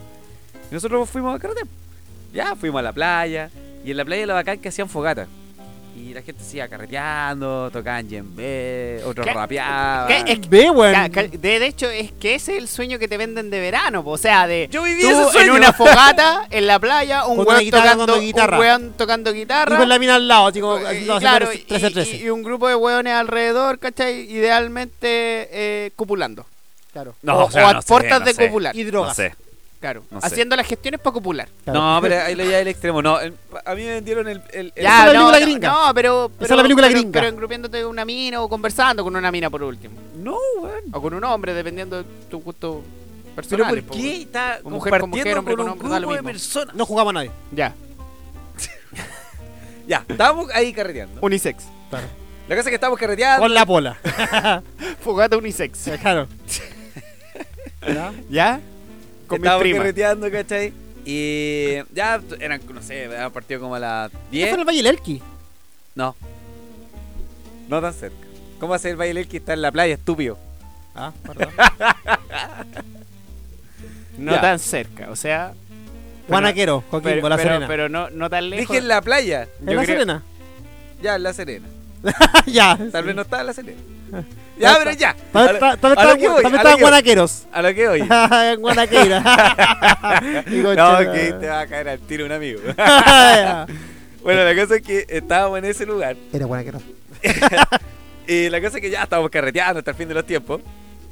B: Y nosotros fuimos a carretear. Ya, fuimos a la playa. Y en la playa de la bacán que hacían fogata. Y la gente se iba carreteando, tocaban yembe, otros
A: ¿Qué?
B: rapeaban.
A: ¿Qué? Es
C: Ve, weón.
A: Ca- ca- De, de hecho, es que ese es el sueño que te venden de verano. po. O sea, de
B: Yo viví
A: tú
B: ese sueño.
A: en una fogata, en la playa, un
C: Con una
A: weón
C: guitarra,
A: tocando,
C: tocando guitarra.
A: un weón tocando guitarra.
C: Y con la mina al lado, así como
A: Eh,
C: así
A: y
C: lo hacen
A: claro,
C: parece-
A: y-
C: 13
A: y, y un grupo de hueones alrededor, ¿cachai? Idealmente eh, copulando.
C: Claro.
A: o, o a
B: sé,
A: puertas
B: no
A: de
B: sé.
A: copular.
C: Y drogas.
B: No sé.
A: Claro.
B: No sé.
A: haciendo las gestiones para copular.
C: claro.
B: No, pero ahí lo llevé al extremo. No, el- a mí me vendieron el. el- el-
C: Ya, es la
A: no,
C: película
A: no,
C: gringa.
A: No, pero. pero
C: Esa es la película
A: pero-
C: gringa.
A: Pero engrupiéndote con una mina o conversando con una mina por último.
B: No, weón.
A: O con un hombre, dependiendo de tu gusto
B: Pero
A: personal. pues,
B: ¿por qué está
A: Con mujer, con
B: compartiendo
A: mujer, hombre,
B: con
A: con
B: un
A: hombre, da lo
B: grupo
A: mismo.
B: de personas?
C: No jugaba a nadie.
A: Ya,
B: Ya, estábamos ahí carreteando.
A: unisex.
B: La cosa es que estábamos carreteando.
C: Con la pola.
A: Fogata unisex.
C: claro. ¿Ya?
A: ¿Ya? Con mi
B: estábamos
A: prima.
B: carreteando, ¿cachai? Y ya eran, no sé, habíamos partido como a las
C: ¿Eso fue
B: 10.
C: en el Valle del Elqui?
B: No. No tan cerca. ¿Cómo hacer el baile que está en la playa, estúpido?
C: Ah, perdón.
A: No
B: Ya.
A: tan cerca, o sea.
C: Guanaquero, Joaquín,
A: Pero,
C: La
A: pero-
C: Serena.
A: pero no, no tan lejos.
B: Dije en la playa.
C: ¿En
A: yo
C: La
A: creo-
C: Serena?
B: Ya, en la Serena.
C: ya.
B: Tal vez no estaba en la Serena. Ya, pero ya.
C: Tal
B: A
C: vez
B: lo-
C: ta- tal vez
B: a lo
C: estaban
B: que voy,
C: gu-
B: a
C: tal vez
B: lo
C: estaban
B: que voy.
C: guanaqueros.
B: A lo que oye.
C: en Guanaqueira. Digo,
B: No,
C: chela.
B: que te va a caer al tiro un amigo. Bueno, la cosa es que estábamos en ese lugar.
C: Era guanaquero.
B: Y la cosa es que ya estábamos carreteando hasta el fin de los tiempos.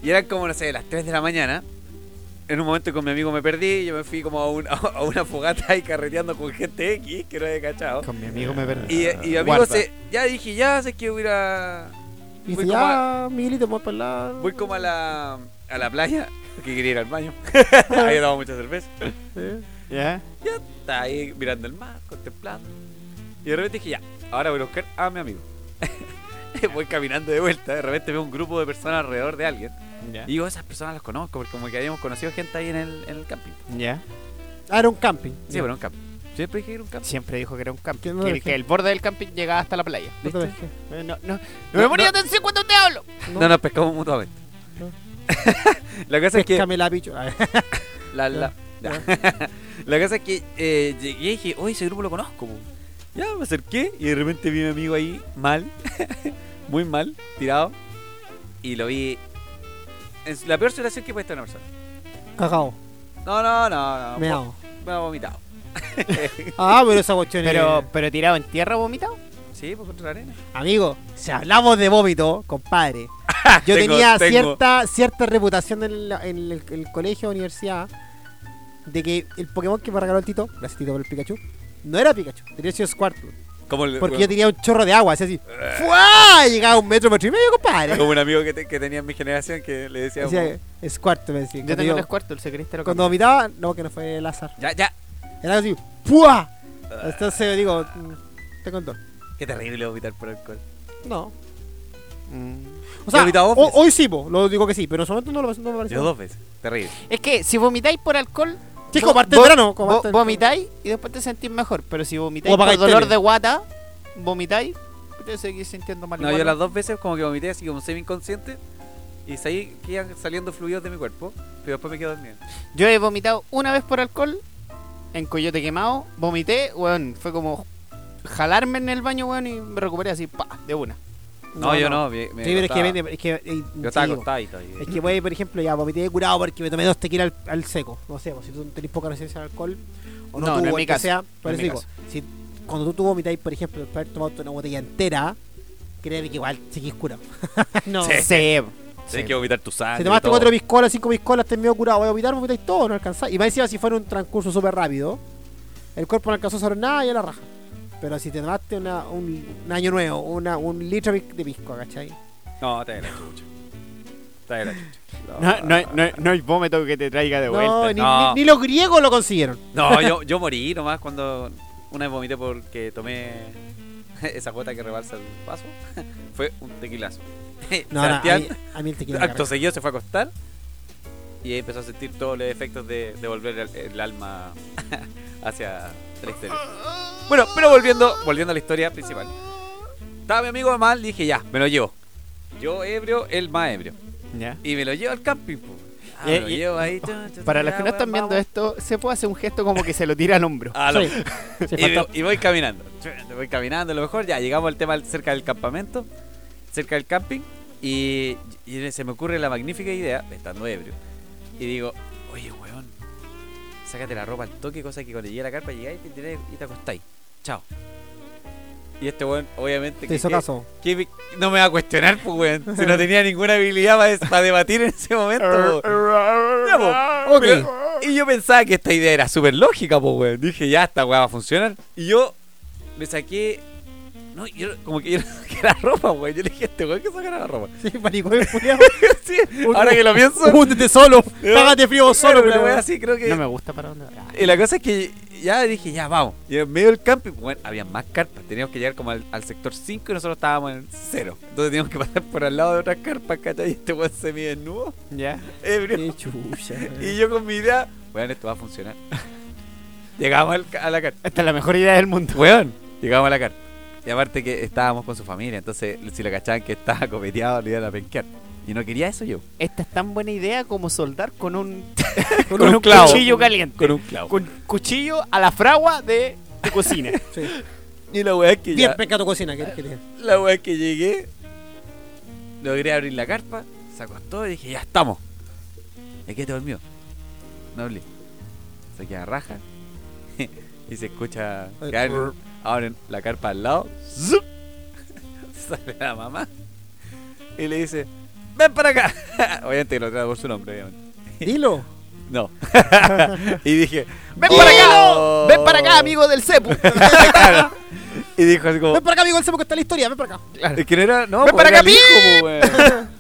B: Y eran como, no sé, las 3 de la mañana. En un momento con mi amigo me perdí. Yo me fui como a, un- a una fogata ahí carreteando con gente X que no había cachado.
A: Con mi amigo me perdí.
B: Y, y mi amigo
A: Guarda.
B: se, ya dije, ya sé que voy a ir a-
C: Y dice,
B: Voy
C: ya, Miguelito, vamos para lado.
B: voy como a la, a la playa. Que quería ir al baño. Había tomado mucha cerveza.
C: Eh.
A: ¿Ya?
B: Ya estaba ahí mirando el mar, contemplando. Y de repente dije, ya, ahora voy a buscar a mi amigo. voy caminando de vuelta. De repente veo un grupo de personas alrededor de alguien.
A: ¿Ya?
B: Y digo, esas personas las conozco, porque como que habíamos conocido gente ahí en el, en el camping.
A: ¿Ya?
C: Ah, era un camping.
B: Sí, pero un camping. Siempre dije que era un camping.
A: Siempre dijo que era un
C: Que
A: camping.
C: no
A: Que,
C: dejé.
A: que el borde del camping llegaba hasta la playa.
C: No te dejé.
A: Eh, No, no, no
C: No,
A: me ponía
C: no. Eh,
A: atención cuando te hablo.
C: No.
B: No, nos pescamos mutuamente.
C: No.
B: la cosa es que.
C: Péscame la picho. Ah,
B: La, la, ya. la cosa es que eh, llegué y dije, oye, ese grupo lo conozco. po". Ya me acerqué y de repente vi a mi amigo ahí mal, muy mal, tirado. Y lo vi. En la peor situación que puede estar una persona.
C: Cagao.
B: No, no, no, no.
C: Meao.
B: Me ha vomitado.
C: Ah, pero esa cuestión
A: Pero,
C: es-
A: pero tirado en tierra vomitado.
B: Sí, por contra la arena.
C: Amigo, si hablamos de vómito, compadre. Yo
B: Tengo-
C: tenía
B: tengo-
C: cierta cierta reputación en, la- en el, el colegio, universidad, de que el Pokémon que me regaló el Tito, gracias Tito por el Pikachu, no era Pikachu, tenía sido Squirtle.
B: Como el-
C: Porque yo tenía un chorro de agua, así así.
B: Eh.
C: ¡Fua! Llegaba a un metro, metro y medio, compadre.
B: Como un amigo que, te- que tenía en mi generación que le decía.
C: Decía, Squirtle me decía.
A: Yo
C: Cuando,
A: tengo
C: yo-
A: el cuarto, el secreto lo
C: cuando vomitaba, no, que no fue el azar.
B: Ya, ya.
C: Era así, ¡fua!
B: Eh.
C: Entonces yo digo, mm, te contó.
B: Qué terrible vomitar por alcohol.
C: No.
A: Mm.
C: O sea,
B: ¿Lo vomitaba vos,
C: ho-
B: pues?
C: hoy sí, po, lo digo que sí, pero en su momento no, lo, no me pareció.
B: Yo dos veces. Terrible.
A: Es que si vomitáis por alcool.
C: Sí,
A: vo-
C: como parte del
A: vo-
C: verano, como
A: vo-
C: parte del-
A: Vomitáis y después te sentís mejor. Pero si vomitáis
C: O
A: por
C: apagáis
A: dolor
C: tele.
A: de guata, vomitáis, te seguís sintiendo mal.
B: No,
A: igual.
B: yo las dos veces como que vomité así como semi inconsciente y ahí que iban saliendo fluidos de mi cuerpo, pero después me quedo dormido.
A: Yo he vomitado una vez por alcohol en Coyote Quemado. Vomité, weón. Fue como jalarme en el baño, weón, y me recuperé así, pa, de una.
B: No, yo no. me- me
C: Sí, pero es que
B: costaba.
C: vende. Es que, eh, sí,
B: Yo estaba
C: po.
B: acostadito ahí.
C: Es que, güey, por ejemplo, ya, pues, me tiene curado porque me tomé dos tequilas al, al seco. No sé, pues, si tú tenés poca resistencia al alcohol, o no,
A: No,
C: tuvo,
A: no es mi
C: el que
A: caso,
C: sea,
A: no
C: por
A: es
C: eso
A: mi
C: digo, si cuando tú, tú vomitáis, por ejemplo, después de haber tomado una botella entera, créeme que igual seguís curado. no.
A: Sí. Sí.
B: Tenés que vomitar tu sangre.
C: Si tomaste
B: todo.
C: cuatro piscolas, cinco piscolas, estás medio curado, voy a vomitar, vomitáis todo, no alcanzáis. Y más encima, si fuera un transcurso súper rápido, el cuerpo no alcanzó a hacer nada y a la raja. Pero si te tomaste una- un, un año nuevo, una, un litro de pis- de pisco, ¿cachai?
B: No, está de la chucha. Está de la chucha.
A: No, no, hay- no hay- no hay vómito que te traiga de vuelta.
C: No, ni,
B: No.
C: ni- ni los griegos lo consiguieron.
B: No, yo, yo morí nomás cuando una vez vomité porque tomé esa gota que rebalsa el vaso. Fue un tequilazo.
C: No, no,
B: Sebastián,
C: a, a mí el tequila. me
B: acto
C: carga.
B: seguido, se fue a acostar y ahí empezó a sentir todos los efectos de devolver el, el alma hacia el exterior. Bueno, pero volviendo, volviendo a la historia principal. Estaba mi amigo mal, dije ya, me lo llevo. Yo ebrio, él más ebrio.
A: Ya.
B: Y me lo llevo al camping. po. Ah,
A: Y-
B: me lo
A: Eh, y-
B: llevo ahí, cha, cha,
A: Para
B: cha,
A: los que no
B: ya,
A: están
B: weón,
A: viendo
B: vamos.
A: esto, se puede hacer un gesto como que se lo tira al hombro.
B: Ah, lo-
C: Sí. Sí,
B: y,
C: falta-
B: y voy caminando. Voy caminando, a lo mejor ya llegamos al tema cerca del campamento, cerca del camping, y, y se me ocurre la magnífica idea, estando ebrio, y digo, oye, weón, sácate la ropa al toque, cosa que cuando llegue la carpa llegáis te tiráis y te acostáis. Chao. Y este weón, obviamente,
C: te hizo
B: que-
C: caso.
B: que me- no me va a cuestionar, pues, weón, si no tenía ninguna habilidad para, para debatir en ese momento. po. Ya, po.
A: Ah,
C: Ok.
B: Pero- y yo pensaba que esta idea era súper lógica, pues, weón. Dije, ya, esta weá va a funcionar. Y yo me saqué. No, yo como que yo no saqué la ropa, weón. Yo le dije a este weón que sacara la ropa.
C: Sí, maricón, culiao.
B: Sí, ahora que lo pienso. Eh,
C: Húndete solo. Págate frío vos solo,
B: Claro, una
C: culiao.
B: weá así, creo que.
A: No me gusta para dónde. va.
B: Y la cosa es que ya dije, ya vamos. Y en medio del camping, bueno, había más carpas. Teníamos que llegar como al, al sector 5 y nosotros estábamos en el 0. Entonces teníamos que pasar por al lado de otras carpas, ¿cachai? Y este weón semidesnudo,
A: Ya.
B: ebrio.
C: Qué chucha. eh.
B: Y yo con mi idea, weón, esto va a funcionar. Llegamos al ca- a la carpa.
A: Esta es la mejor idea del mundo.
B: Weón, llegamos a la carpa. Y aparte que estábamos con su familia, entonces si lo cachaban que estaba copeteado, le iban a penquear. Y no quería eso yo.
A: Esta es tan buena idea como soldar con un,
B: Con,
A: un cuchillo caliente.
B: Con un clavo.
A: con cuchillo a la fragua de tu cocina.
C: Sí.
B: Y la weá es que
C: Bien,
B: ya,
C: pesca tu cocina. ¿qué- qué te-
B: La weá es que llegué, logré abrir la carpa, se acostó y dije, ya estamos. ¿Y qué te dormió? No hablé. Se queda raja y se escucha
C: Ay,
B: que abren,
C: brr.
B: abren la carpa al lado. ¡zup! Sale la mamá y le dice, ven para acá. obviamente que lo trae por su nombre, obviamente.
C: Dilo.
B: No. y dije,
A: ¡Ven para
B: Oh.
A: acá! ¡Ven para acá, amigo del CEPU!
B: y dijo así como,
C: Ven para acá, amigo, el sepo que está la historia. Ven para acá.
B: Es que no era. No,
A: Ven
B: pues,
A: para
B: era
A: acá,
B: el hijo, po, weón.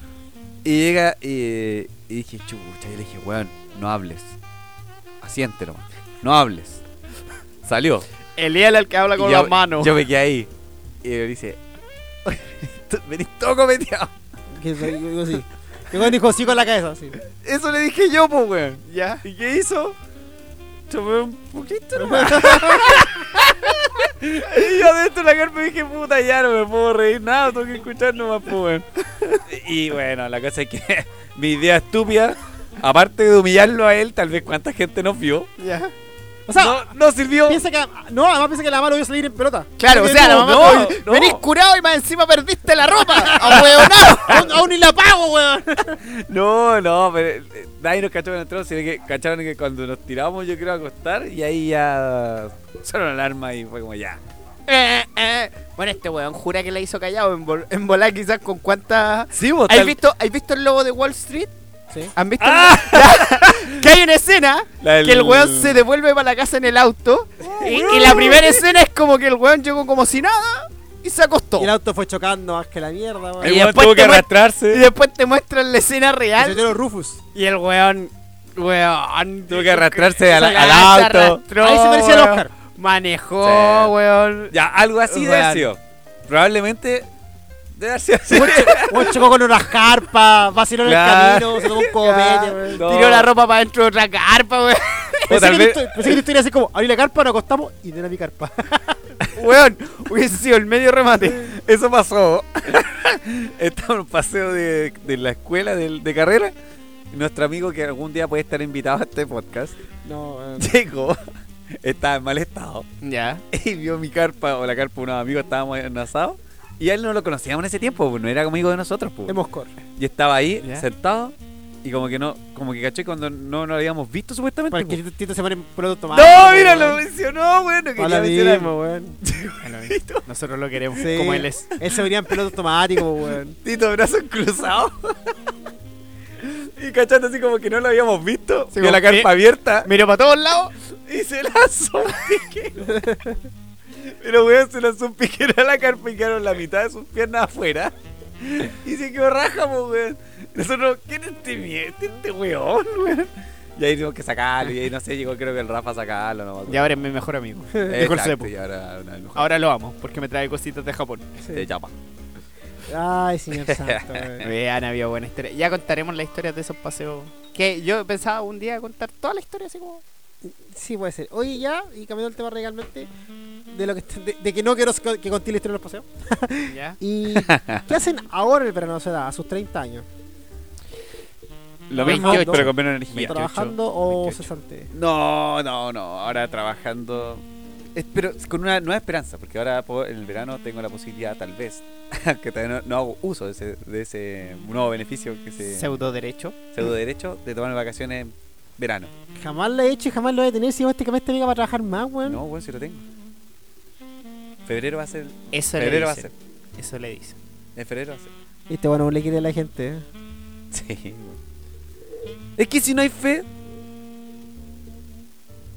B: Y llega y, y dije, chucha, y le dije, weón, no hables. Asiéntelo, no hables. Salió.
A: El era el que habla con
B: Y yo-
A: las manos.
B: Yo me quedé ahí. Y me dice, "Tú- venís todo cometeado.
C: Que soy- yo digo así. Llegó el hijo así con la cabeza. Así.
B: Eso le dije yo, pues, weón.
A: ya.
B: ¿Y qué hizo? Tomé un poquito nomás. y yo adentro de la carpa dije, puta, ya no me puedo reír nada, tengo que escuchar nomás, pues, weón. Y bueno, la cosa es que mi idea estúpida, aparte de humillarlo a él, tal vez cuánta gente nos vio,
A: Ya.
C: O sea,
B: no, no sirvió.
C: piensa que. No, además piensa que la mamá lo vio salir en pelota.
A: Claro, o
C: Porque
A: sea, la
C: tú-
A: mamá.
B: no,
A: oye,
B: no.
A: Venís curado y más encima perdiste la ropa. ¡Ahueonado!
C: Aún- Aún ni la pago, weón.
B: No, no, pero eh, nadie nos cachó en el trono, sino que cacharon que cuando nos tiramos yo creo a acostar y ahí ya sonó la alarma y fue como ya.
A: Eh, eh. Bueno, este weón jura que la hizo callado. En, vol- en volar, quizás con cuántas.
B: Sí, vos
A: ¿Has visto, ¿Has visto el lobo de Wall Street?
C: Sí.
A: ¿Han visto? el- que hay una escena
B: La del-
A: que el weón se devuelve para la casa en el auto. y, y la primera escena es como que el weón llegó como si nada y se acostó.
C: Y
A: Y,
C: el auto fue chocando más que la mierda, weón.
B: El
A: Y
B: weón
A: después
B: tuvo que
A: te muest-
B: arrastrarse.
A: después te muestran la escena
C: Se
A: real.
C: tiró Rufus.
A: Y el weón. Weón.
B: Tuvo que arrastrarse al,
A: se
B: al auto.
A: arrastró,
C: Ahí se merecía el
A: weón.
C: Oscar.
A: Manejó,
B: Sí.
A: weón.
B: Ya, algo así de
A: Real.
B: haber sido. Probablemente de haber sido así.
C: Weón chocó con unas carpas, vaciló en el
B: Claro.
C: camino, se tomó un copete, weón.
B: Ah, No.
A: Tiró la ropa para dentro de otra carpa, weón.
B: O
C: Pensé,
B: tal
C: que
B: vez-
C: la histo- pensé que la historia así como, abrí la carpa, nos acostamos y de mi carpa.
A: Weón, hubiese sido el medio remate.
B: Eso pasó. Estaba en un paseo de, de la escuela del- de, carrera. Y Nuestro amigo que algún día puede estar invitado a este podcast
C: No, weón.
B: llegó, estaba en mal estado
A: Ya.
B: y vio mi carpa o la carpa de unos amigos, estábamos en un asado Y a él no lo conocíamos en ese tiempo, pues, no era amigo de nosotros. Pues.
C: En Moscor.
B: Y estaba ahí,
A: Ya.
B: sentado, y como que no, como que caché cuando no, no lo habíamos visto supuestamente.
C: Para que
B: pues.
C: el Tito se pone producto más.
B: No, mira, lo mencionó, bueno, que
C: Hola,
B: quería mencionarlo.
C: mismo, weón.
A: Nosotros lo queremos
C: Sí.
A: como él es.
C: Él se venía en piloto automático, weón.
B: Tito, brazos cruzados. y cachando así como que no lo habíamos visto.
A: Sí,
B: con la
A: como que-
B: carpa abierta.
A: Miró para todos lados.
B: Y se lanzó un pique. Pero weón, se lanzó un pique a la carpa y quedaron la mitad de sus piernas afuera. Y se quedó raja, po, weón. Nosotros, ¿quién es este, mie- quién es este weón, weón? Y ahí tuvimos que sacarlo. Y ahí no sé, llegó creo que el Rafa a sacarlo. No, me acuerdo.
A: Y ahora es mi mejor amigo. Mejor
B: Exacto,
A: sepo.
B: y ahora una mujer
A: Ahora lo amo porque me trae cositas de Japón.
B: de Japan.
C: Ay, señor santo, weón.
A: Vean, había buena historia. Ya contaremos las historias de esos paseos. Que yo pensaba un día contar toda la historia así como.
C: Sí, puede ser. Oye, ya, y cambiando el tema radicalmente, de, lo que, de, de que no quiero que conté la historia de los paseos.
A: ¿Ya?
C: ¿Y qué hacen ahora el verano de su edad, a sus 30 años?
B: Lo
A: mismo,
B: mismo,
A: 28.
B: pero con menos energía.
C: ¿Trabajando o
B: 28.
C: cesante?
B: No, no, no. Ahora trabajando. Es- Pero con una nueva esperanza, porque ahora po- en el verano tengo la posibilidad, tal vez, que todavía no, no hago uso de ese, de ese nuevo beneficio que se
A: Pseudo derecho.
B: pseudo derecho de tomar vacaciones en verano.
C: Jamás lo he hecho y jamás lo voy a tener si este vos te cambiaste de amiga para trabajar más, weón.
B: No, bueno, si lo tengo. Febrero va a ser.
A: Eso le
B: Febrero va a
A: dice.
B: ser.
A: Eso le dice.
B: En febrero va a ser.
C: Viste, Este, bueno, le quiere a la gente. ¿eh?
B: Sí. bueno. Es que si no hay fe,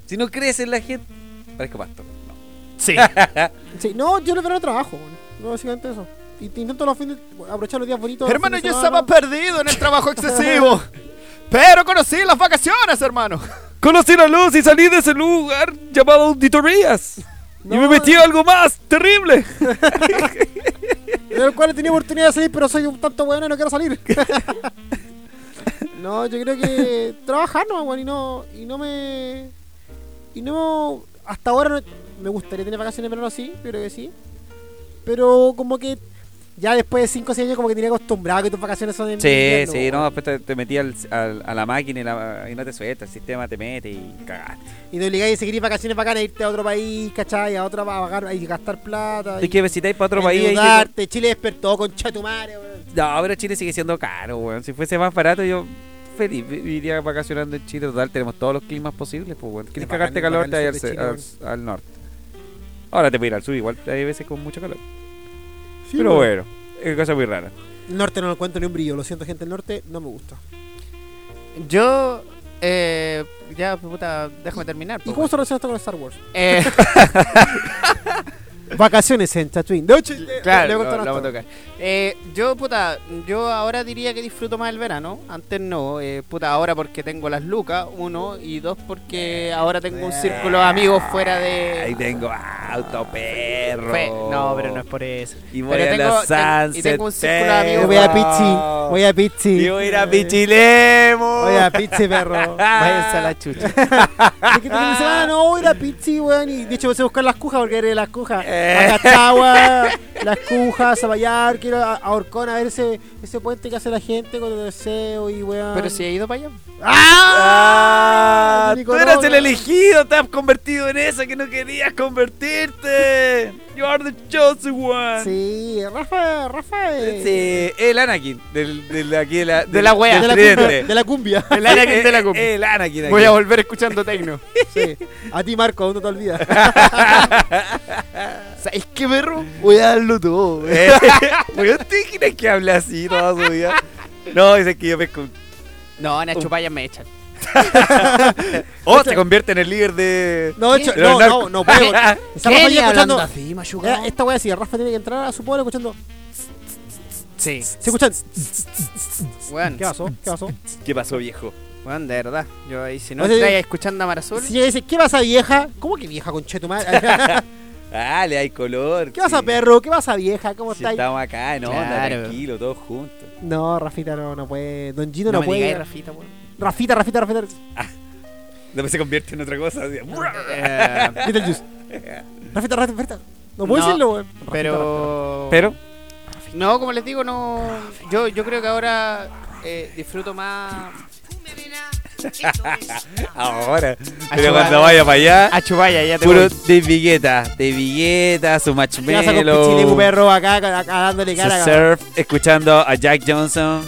B: si no crees en la gente, parezco pasto. No.
A: Sí.
C: Sí, no, yo el verano trabajo, weón. No, básicamente eso. Y te intento los fines, aprovechar los días bonitos.
A: hermano,
C: los
A: yo
C: fines de
A: estaba
C: semana.
A: perdido en el trabajo excesivo. pero conocí las vacaciones, hermano.
B: Conocí la luz y salí de ese lugar llamado auditorías.
C: Y me No. metí a
B: algo más terrible.
C: De los cuales tenía oportunidad de salir, pero soy un tanto bueno y no quiero salir. no, yo creo que trabajar no, weón, y no, y no me. Y no. Hasta ahora no- me gustaría tener vacaciones, pero no sí, yo creo que sí. Pero como que ya después de 5 o 6 años, como que tenía acostumbrado que tus vacaciones son en.
B: Sí,
C: invierno,
B: sí,
C: weón.
B: no, después te, te metí al- al- a la máquina y, la- y no te suelta, el sistema te mete y cagaste.
C: Y te obligáis a seguir vacaciones bacanas, irte a otro país, ¿cachai? A otra para pagar, y gastar plata.
B: Y que visitáis para otro país. y que-
C: Ayudarte, Chile despertó con chatumare, weón.
B: No, pero Chile sigue siendo caro, weón. Si fuese más barato, yo feliz vi- iría vacacionando en Chile. Total, tenemos todos los climas posibles, pues, weón. ¿Quieres
C: Es bacán-
B: cagarte
C: es
B: calor?
C: bacán
B: Te
C: el
B: vas al,
C: sur de
B: al- al norte. Ahora te voy a ir al sur, igual hay veces con mucho calor. pero bueno, es cosa muy rara.
C: El norte no lo encuentro ni un brillo, lo siento, gente del norte, no me gusta.
A: Yo. Eh, ya, puta, déjame terminar.
C: ¿Y
A: po,
C: cómo
A: weón.
C: se relaciona esto con Star Wars?
A: Eh,
C: Vacaciones en Tatooine. De hecho, le- le
A: Claro,
C: voy
A: lo,
C: a contar
A: lo
C: hasta
A: vamos a tocar. Eh, yo, puta, yo ahora diría que disfruto más el verano. Antes no, eh, puta, ahora porque tengo las lucas, uno, y dos, porque ahora tengo un círculo de amigos fuera de.
B: Ahí tengo auto, perro.
A: Fe- no, pero no es por eso.
B: Y voy
A: Pero
B: a
A: tengo-
B: los
A: ten- y
B: Sunset
A: tengo un círculo de amigos.
C: ahora. Voy a Pichi, voy a Pichi.
B: Y voy a ir a Pichilemo.
C: Voy a Pichi, perro.
A: Váyanse a la chucha.
C: Es que tengo mi semana, no, voy a ir a Pichi, weón. Y de hecho, voy a buscar las cujas porque eres las cujas.
B: Eh.
C: Acatagua, las cujas, Zapallar. Quiero a, a Orcón a ver ese, ese puente que hace la gente con el deseo y weón.
A: Pero si he ido para allá.
B: ¡Ah!
C: Nico,
B: Tú
C: no,
B: eras el
C: no.
B: elegido, te has convertido en eso que no querías convertirte. You are the chosen one. Sí.
C: Sí, Rafa, Rafa. eh,
B: el Anakin del, del- aquí de la, del-
A: la wea.
B: del
C: De la cumbia.
B: tridente. Eh,
C: De la cumbia.
A: El Anakin de la cumbia.
B: El Anakin. aquí.
A: Voy a volver escuchando Tecno.
C: Sí. A ti, Marco, aún no te olvidas.
A: ¿Sabes qué, perro? Voy a darlo todo. weón.
B: Eh, weón, ¿te imaginas que habla así toda su vida? No, dice que yo pesco. un-
A: No, Nacho, vaya, me echan.
B: O oh, se convierte en el líder de.
C: No, de hecho,
B: Pero
C: no,
B: no-
C: no, no puedo. Esa Rafa ya escuchando.
A: así,
C: Ya,
A: Eh,
C: Esta wea así, Rafa tiene que entrar a su pueblo escuchando.
A: eh, Sí.
C: ¿Se escuchan?
A: Bueno,
C: ¿Qué pasó? ¿Qué pasó?
B: ¿Qué pasó, viejo?
A: bueno, de verdad. Yo ahí, si no
C: O sea,
A: estáis escuchando a Marazul,
C: Si ella dice, ¿qué pasa vieja? ¿Cómo que vieja conche tu madre?
B: Dale, hay color.
C: ¿Qué pasa
B: sí.
C: perro? ¿Qué pasa vieja? ¿Cómo
B: Si
C: estáis?
B: estamos acá, Ah, no,
A: Claro.
B: tranquilo, todos juntos.
C: No, Rafita no, no puede. Don Gino
A: no, Eh,
C: no,
A: me digáis,
C: puede.
A: Rafita, weón.
C: Rafita, Rafita, Rafita.
B: Después se convierte en otra cosa. así.
A: Eh,
C: Little Juice. Rafita, Rafita, Rafita. No puede
A: No,
C: decirlo, weón. Rafita, Rafita.
A: Pero.
B: Pero,
A: No, como les digo, no. Yo, yo creo que ahora eh, disfruto más. Ah,
B: Ahora.
A: chupar.
B: Pero cuando vaya para allá,
A: A Chubaya, Ah, ya te
B: puro
A: voy.
B: de billeta, de billeta, su
C: ¿Qué pasa con Pichilemu,
B: marshmallow,
C: perro, acá, acá, acá dándole
B: su
C: cara?
B: surf, escuchando a Jack Johnson.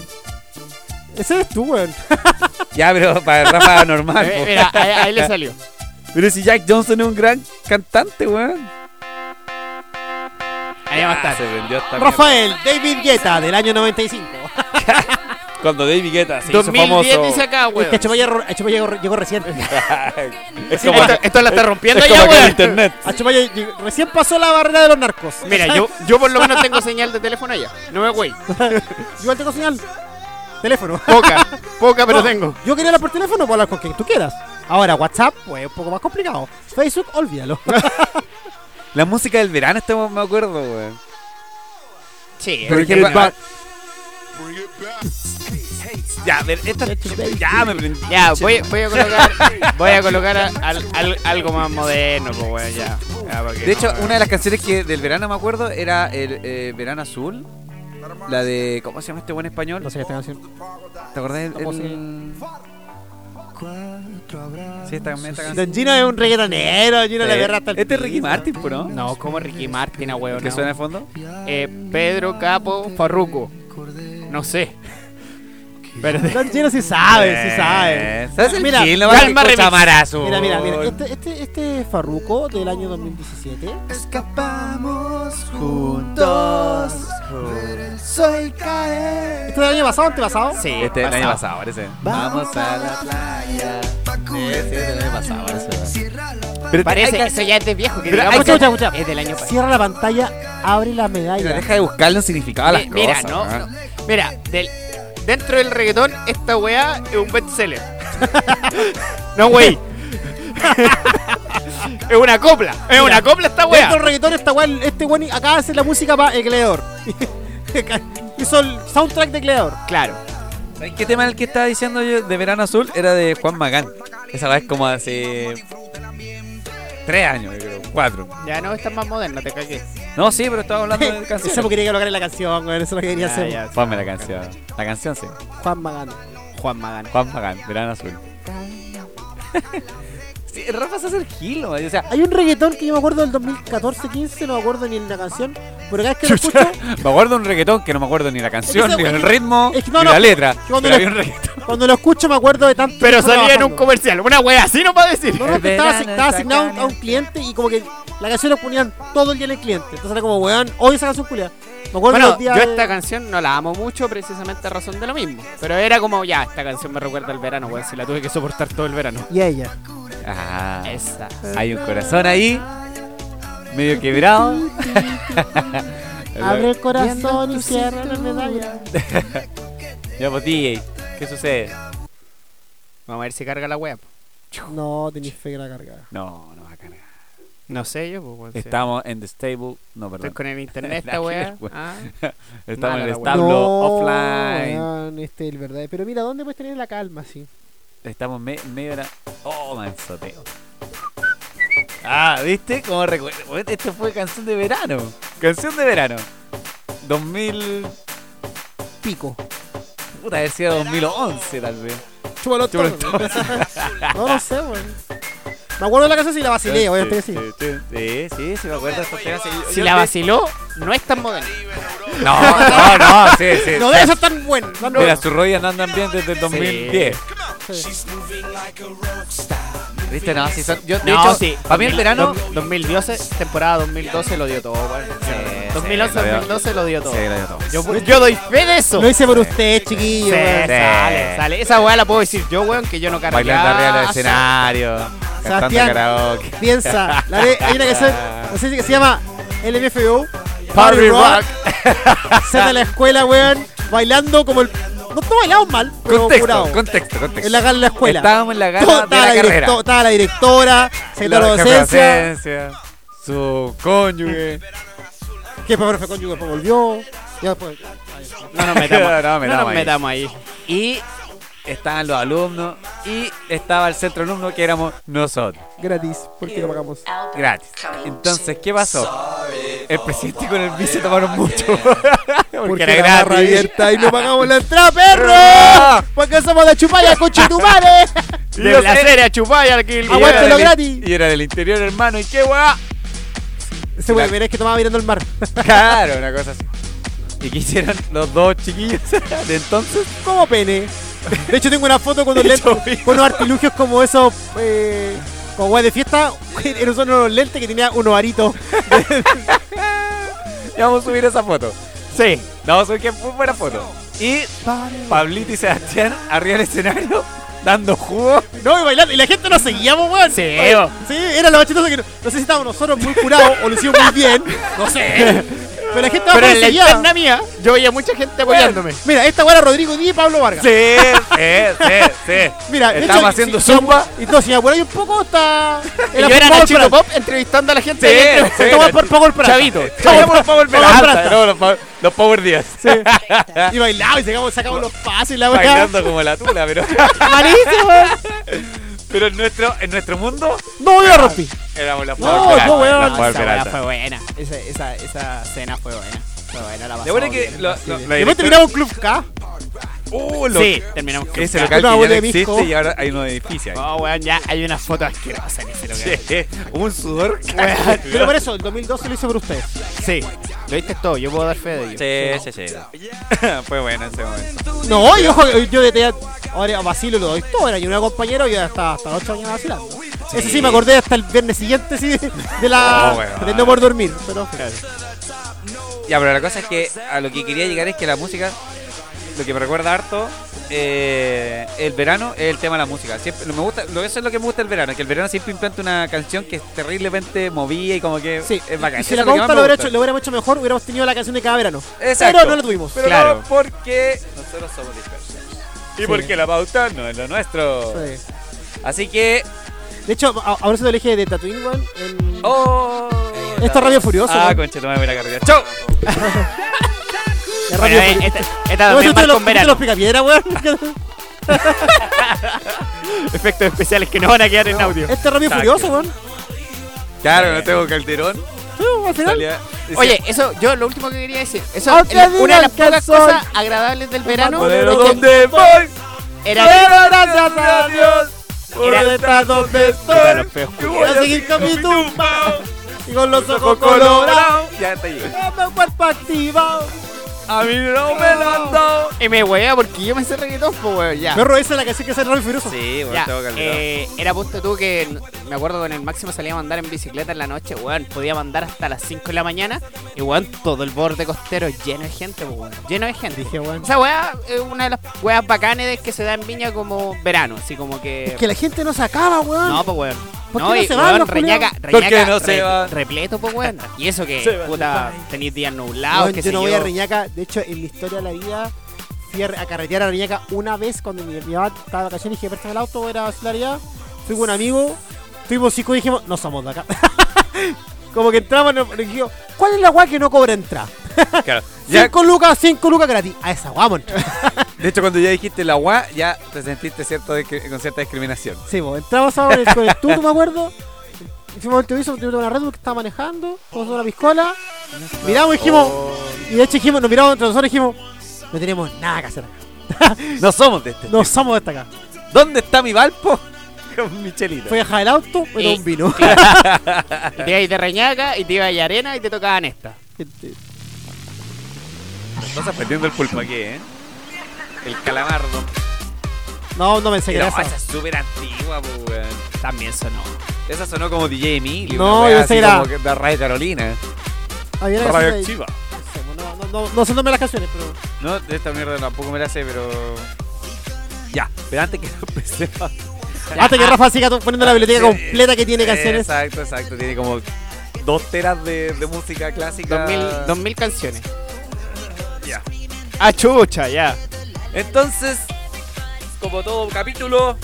C: Ese eres tú, weón.
B: Ya, pero para Rafa normal.
A: Eh,
B: po.
A: mira, ahí, ahí le salió.
B: Pero si Jack Johnson es un gran cantante, weón. Ah,
A: Ahí va a estar.
B: Se vendió hasta
C: Rafael David Guetta, del año 95.
B: Cuando David Guetta se hizo
A: 2010
B: famoso.
A: dice acá,
C: Es
A: weón.
C: que Achupaya ro- Achupaya llegó, llegó recién.
B: Ah, es como,
A: Esto, esto la está rompiendo
B: es
A: ya,
B: como acá en
A: weón.
B: internet.
C: Achupaya llegó- recién pasó la barrera de los narcos.
A: Mira, yo, yo por lo menos tengo señal de teléfono allá. No me güey.
C: Igual tengo señal. Teléfono.
A: Poca, poca, pero
C: No,
A: tengo.
C: Yo quería hablar por teléfono puedo hablar con quien tú quieras. Ahora, WhatsApp, pues un poco más complicado. Facebook, olvídalo.
B: La música del verano, estamos, me acuerdo, weón.
A: Sí,
B: Por
A: eh,
B: ejemplo,
A: va-
B: ah, Ya, a ver, esta. Ya me prendí.
A: ya, voy, voy a colocar, voy a colocar al- al- algo más moderno, pues, weón, ya. Ya, porque
B: De hecho,
A: no,
B: una de las canciones que del verano me acuerdo era el eh, Verano Azul. La de. ¿Cómo se llama este buen español?
C: No sé qué está haciendo.
B: ¿Te acordás? El,
C: ¿Cómo se
B: el- Sí, esta, esta canción.
C: Don Gino es un reggaetonero, Gino le agarra hasta el
B: Este es Ricky
C: piso.
B: Martin, po, ¿no?
A: No, como Ricky Martin, a weón.
B: ¿Que suena de fondo?
A: Eh, Pedro Capo Farruco. No sé. Espérate.
C: Don Gino sí sabe, sí sabe.
B: Eh, ¿Sabes el
C: Mira,
B: Gil? Nomás que
A: calma,
B: escucha
A: remix.
B: Marazo.
C: Mira, mira, mira. Este, este, este Farruco del año 2017.
B: Escapamos juntos. Ver el sol caer.
C: ¿Este del año pasado antepasado?
A: Sí,
B: Este es el año
A: pasado.
B: pasado, parece. Vamos a la playa. Este es del año pasado, parece. Pero
A: Parece que
B: hay que-
A: eso ya es de viejo. Que
B: Pero
A: digamos,
B: hay que-
A: es-
C: escucha, escucha.
A: Es del año pasado.
C: Cierra la pantalla, abre la
B: Pero
C: medalla.
B: deja de buscarle un significado a las
A: Mi- Eh, mira,
B: cosas.
C: ¿eh?
A: no,
B: ¿eh? ¿no?
A: no. Mira, del- dentro del reggaetón, esta weá es un bestseller. no, wey. es una copla. Es
C: Mira,
A: una copla esta
C: Dentro
A: weá.
C: del reggaetón está weón, este weón acaba de hacer la música para el Gladiador. Hizo el soundtrack de Gladiador.
A: Claro.
B: ¿Sabes qué tema el que estaba diciendo yo de Verano Azul era de Juan Magán? Esa vez como hace. Tres años, yo creo, cuatro.
A: Ya no, esta es más moderna, te cagué.
B: No, sí, pero estaba hablando de
C: Eso es lo
B: canción.
C: que quería colocar en la canción, weón, eso es lo que quería
A: Ah,
C: hacer.
A: ya.
B: Ponme la canción. La canción, sí.
C: Juan Magán.
A: Juan Magán.
B: Juan Magán, Verano Azul. sí, Rafa se hace el gilo, o sea.
C: Hay un reggaetón que yo me acuerdo del 2014-15, no me acuerdo ni en la canción, pero cada vez que lo escucho,
B: Me acuerdo un reggaetón que no me acuerdo ni la canción,
C: Es que
B: ni
C: ese-
B: el ritmo,
C: es que no,
B: ni
C: no,
B: la letra. Pero
C: cuando lo-
B: había un reggaetón.
C: cuando lo escucho me acuerdo de tanto.
A: Pero
C: tiempo
A: salía en un
C: trabajando.
A: comercial. Una weá así no va a decir.
C: No, no, que estaba,
B: verano
C: estaba
B: está
C: asignado
B: acá,
C: a un cliente y como que la canción lo ponían todo el día en el cliente. Entonces era como, weón, odio esa canción, Julia. Me acuerdo
A: Bueno,
C: los
A: yo
C: días de-
A: esta canción no la amo mucho precisamente a razón de lo mismo. Pero era como, ya, esta canción me recuerda al verano, weón. Si la tuve que soportar todo el verano.
C: Y a ella.
B: Ah,
A: Esa.
B: hay un corazón ahí, medio quebrado.
C: Abre el corazón y cierra la medalla.
B: Ya, pues, DJ, ¿qué sucede?
A: Vamos a ver si carga la weá.
C: No, tenéis fe que la carga.
B: No, no va a cargar.
A: No sé yo, pues, weón, si-
B: Estamos en the stable. No,
A: Estoy
B: perdón.
A: con el internet,
B: Nada
A: esta weá.
B: que ver,
A: Ah.
B: Estamos en
A: mala
B: el
A: la wea.
B: establo
C: no,
B: offline.
C: weón, este es el verdad. Pero mira, ¿dónde puedes tener la calma, sí?
B: Estamos me- medio hora. Oh, manzoteo. Ah, ¿viste? Como recuerdo. Weón, Esto fue canción de verano. Canción de verano. 2000.
C: Pico.
B: Puta, haber sido 2011 tal vez.
C: Chúpalo todo. no lo sé, weón. Me acuerdo de la canción si la vacilé, obviamente que sí.
B: Sí, sí, sí, me acuerdo de estos temas. Yo-
A: Si
B: yo-
A: la vaciló, no es tan moderna.
B: No, no, no, sí, sí.
C: No debe ser tan bueno. tan
B: Mira,
C: bueno.
B: sus rollas no andan bien desde el 2010.
C: Sí.
B: ¿Viste? No, sí, son. Yo, de
A: No,
B: hecho,
A: sí.
B: para mí el
A: 2000,
B: verano.
A: dos- 2012, temporada 2012 lo dio todo, weón.
B: sí,
A: 2011,
B: lo dio.
A: 2012 lo dio todo.
B: Sí, lo dio todo.
A: Yo, yo doy fe de eso.
C: Lo hice por usted, chiquillo.
A: Sí,
C: weón.
A: sale, sale. Esa weá la puedo decir yo, weón, que yo no cargaba.
B: Bailando arriba del escenario. Cantando
C: Sebastián.
B: karaoke.
C: Piensa. La de- hay una canción no sé si- que se llama LMFAO.
B: Party Rock.
C: Sale de la escuela, weón. Bailando como el. No te bailamos mal, pero curado.
B: Contexto, contexto, contexto.
C: En la gala de la escuela.
B: Estábamos en la
C: Todo-
B: gala de
C: estaba
B: la
C: directo-
B: carrera.
C: Estaba la directora, secretaria de
B: jefa
C: docencia.
B: docencia, Su cónyuge.
C: Que después fue cónyuge, después volvió. Ya después.
A: No nos metamos,
B: No, no
A: no,
B: metamos
A: nos
B: ahí.
A: metamos ahí.
B: Y estaban los alumnos. Y estaba el centro alumno que éramos nosotros.
C: Gratis, porque lo pagamos.
B: Gratis. Entonces, ¿qué pasó?
E: el presidente con el vice tomaron mucho. porque,
C: Porque
E: era
C: la barra
E: gratis.
C: abierta y no pagamos la entrada, perro. Porque somos de Chupaya, coche tu madre.
E: Y
A: De
E: yo-
A: placer a Chupaya, aquí.
E: y era
C: Aguántelo
E: del-
C: gratis.
E: Y era del interior, hermano. ¿Y qué weá?
C: Ese weón, mira, es que tomaba mirando el mar.
E: Claro, una cosa así. ¿Y qué hicieron los dos chiquillos de entonces?
C: Como pene. De hecho, tengo una foto con unos, lentes, con unos artilugios como esos. Eh, como weón de fiesta. Eran solo unos lentes que tenía unos aritos.
E: Ya vamos a subir esa foto.
A: Sí.
E: La vamos a subir que fue buena foto. Y Pablito y Sebastián arriba del escenario dando jugo.
C: No, y bailando. Y la gente nos seguíamos, weón.
A: Sí,
C: Oye,
A: weón.
C: Sí, era lo más chistoso que no, no sé si estábamos nosotros muy curados o lo hicimos muy bien. No sé. Pero la gente
A: Pero
C: abajo nos
A: en la
C: seguía.
A: interna mía, yo veía mucha gente apoyándome.
C: Mira, esta weá era Rodrigo Díaz y Pablo Vargas.
E: Sí, sí, sí, sí.
C: Mira, de hecho,
E: Estábamos haciendo
C: si-
E: zumba.
C: Y no, si me acuerdo un poco, está.
A: Y yo era Nachito Pop entrevistando a la gente.
E: Sí,
A: ahí entre-
E: sí,
A: Esta weá por
E: Nachito.
A: favor, Prata.
E: Chavito.
A: Chavito.
E: Chavito, por
C: Power
E: favor, Peralta.
C: Peralta.
E: No, los, Power- los Power Días.
C: Y bailaba y sacamos, sacamos los pases y la weá.
E: Ah. Bailando como la tula, pero,
C: Malísimo, weón.
E: pero en, nuestro, en nuestro mundo
C: No, voy a rompí.
E: éramos los
C: No,
E: Power
C: no,
E: Peralta,
C: weón.
E: los
A: Oh, No,
E: Power
A: esa weá
E: Peralta.
A: fue buena. Esa, esa, esa cena fue buena. Fue buena la pasamos
E: bueno es que
A: bien.
E: lo-
A: Sí,
E: lo-
A: bien.
E: la-
C: Después terminamos Club K.
E: Uh, lo-
A: Sí, terminamos con
E: Ese
A: K.
E: local
C: Una
E: que ya no
C: abuela de
E: existe
C: disco.
E: y ahora hay un edificio ahí.
A: Oh, weón, ya hay una foto asquerosa en ese
E: Sí,
A: lugar.
E: un sudor.
C: Pero por eso, el 2012 lo hizo por ustedes.
A: Sí. Lo viste todo, yo puedo dar fe de ello.
E: sí, sí. Fue bueno ese momento.
C: No, y ojo, yo de tía, ahora vacilo lo doy todo. Era yo un compañero y hasta, hasta 8 años vacilando. Ese sí me acordé hasta el viernes siguiente sí, de la.
E: Oh, weón.
C: de no por dormir. Pero
E: Ya, pero la cosa es que a lo que quería llegar es que la música, lo que me recuerda harto, eh, el verano es el tema de la música. Siempre, me gusta, lo- eso es lo que me gusta del verano, que el verano siempre implanta una canción que es terriblemente movida y como que
C: sí,
E: es bacán.
C: y
E: Eso
C: si
E: es
C: la
E: lo que más
C: compa
E: me
C: lo, hubiera
E: gusta.
C: hecho- lo hubiéramos hecho mejor, hubiéramos tenido la canción de cada verano.
E: Exacto.
C: Pero no la tuvimos.
E: Pero
A: Claro.
E: no porque nosotros somos dispersos. Y
C: Sí.
E: porque la pauta no es lo nuestro.
C: Sí.
E: Así que.
C: De hecho, a- ahora se lo elegí de Tatooine, weón. en-
E: ¡Oh!
C: Esto es Radio Furioso,
E: Ah,
C: ¿no?
E: concha, toma la carrera. ¡Chau!
C: en
A: Bueno,
C: Radio
A: eh,
C: Furioso.
A: esta, esta
E: ah,
C: No,
A: también
C: eso te
A: va
C: lo-
A: con
C: te
A: verano.
C: los picapiedra, weón.
A: Efectos especiales que no van a quedar en audio.
C: Este es Radio
E: Exacto.
C: Furioso, weón.
E: Claro, no tengo calderón.
C: Sí, al final.
E: Salía- decía,
A: Oye, eso, yo lo último que quería decir. Eso,
C: Otra
A: la- una de las
C: vida
A: pocas
C: que soy.
A: cosas agradables del verano
E: Bolero,
A: que
E: ¿dónde voy?
A: era
C: Pero gracias a Dios
E: Adiós.
C: por estar donde
E: Puta,
C: estoy.
E: los feos
C: Yo
E: culiados.
C: voy a seguir con mi tumba y con los
E: Ojo
C: ojos colorados.
E: colorado. Ya te llegué.
C: Dame un cuerpo Ah, activado.
E: A mí no me lo han dado.
A: Y me weá porque yo me sé reggaetón, pues weón, ya.
C: Perro, esa es la canción que hace Radio Furioso.
E: Sí,
A: Ya,
E: bueno, tengo calderón.
A: eh, era punto tú que n- me acuerdo con el máximo salía a mandar en bicicleta en la noche, weón. Podía mandar hasta las 5 de la mañana y weón, todo el borde costero lleno de gente, pues, weón. Lleno de gente.
C: Dije, weón.
A: Esa weá es una de las weas bacanes de que se da en Viña como verano, así como que.
C: Es que la gente no se acaba, weón.
A: No, pues weón.
C: ¿Por
A: no,
C: qué no
A: y,
C: se van
A: weón,
C: los
A: reñaca,
C: culiados?
A: reñaca,
E: Porque no se
A: re-
E: van.
A: repleto, pues weón. Y eso que,
E: Se van.
A: puta, tenéis días nublados,
C: Weón,
A: que
C: yo no voy a Reñaca. De hecho, en mi historia de la vida fui a, a carretear a Reñaca una vez cuando mi, mi mamá estaba de vacaciones y dije, préstame el auto, voy a ir a vacilar allá. Fui con un amigo, tuvimos cinco y dijimos, no somos de acá. Como que entramos nos nos dijimos, ¿cuál es la weá que no cobra entrada?
E: Claro. Ya,
C: Cinco lucas, cinco lucas gratis. A esa weá, mon.
E: de hecho, cuando ya dijiste la gua, ya te sentiste cierto discri- con cierta discriminación.
C: Sí, vos, entramos ahora con el, con el tuto, me acuerdo. Y Fuimos al tubizo, tuvimos una red Bull que estaba manejando, fuimos a una piscola, miramos y dijimos, y de hecho dijimos, nos miramos entre nosotros y dijimos, no tenemos nada que hacer acá.
E: No somos de este.
C: No somos de esta acá.
E: ¿Dónde está mi Valpo? Con Michelito.
C: Fui a dejar el auto, me tomé
A: Eh.
C: un vino.
A: Y te ibas de reñaca y te ibas de arena y te tocaban esta.
E: Estás aprendiendo el pulpo aquí, ¿eh? El calamardo.
C: No, no pensé que
E: Pero
C: era
E: esa es
C: eso.
E: súper antigua, pues, weón.
A: También sonó.
E: Esa sonó como DJ Emilio.
C: No,
E: una weá
C: yo sé
E: así
C: que era-
E: como que de Radio Carolina.
C: Había una canción de-
E: Radioactiva.
C: No, no, no, no sé el nombre de las canciones, pero.
E: No, de esta mierda tampoco me la sé, pero. Ya, pero antes que empecemos.
C: Hasta que Rafa siga to- poniendo la biblioteca
E: Ah. Sí.
C: completa que tiene canciones.
E: Exacto, exacto. Tiene como dos teras de, de música clásica.
A: 2000, 2000 canciones.
E: Ya.
A: Ah, chucha, ya.
E: Entonces, como todo capítulo,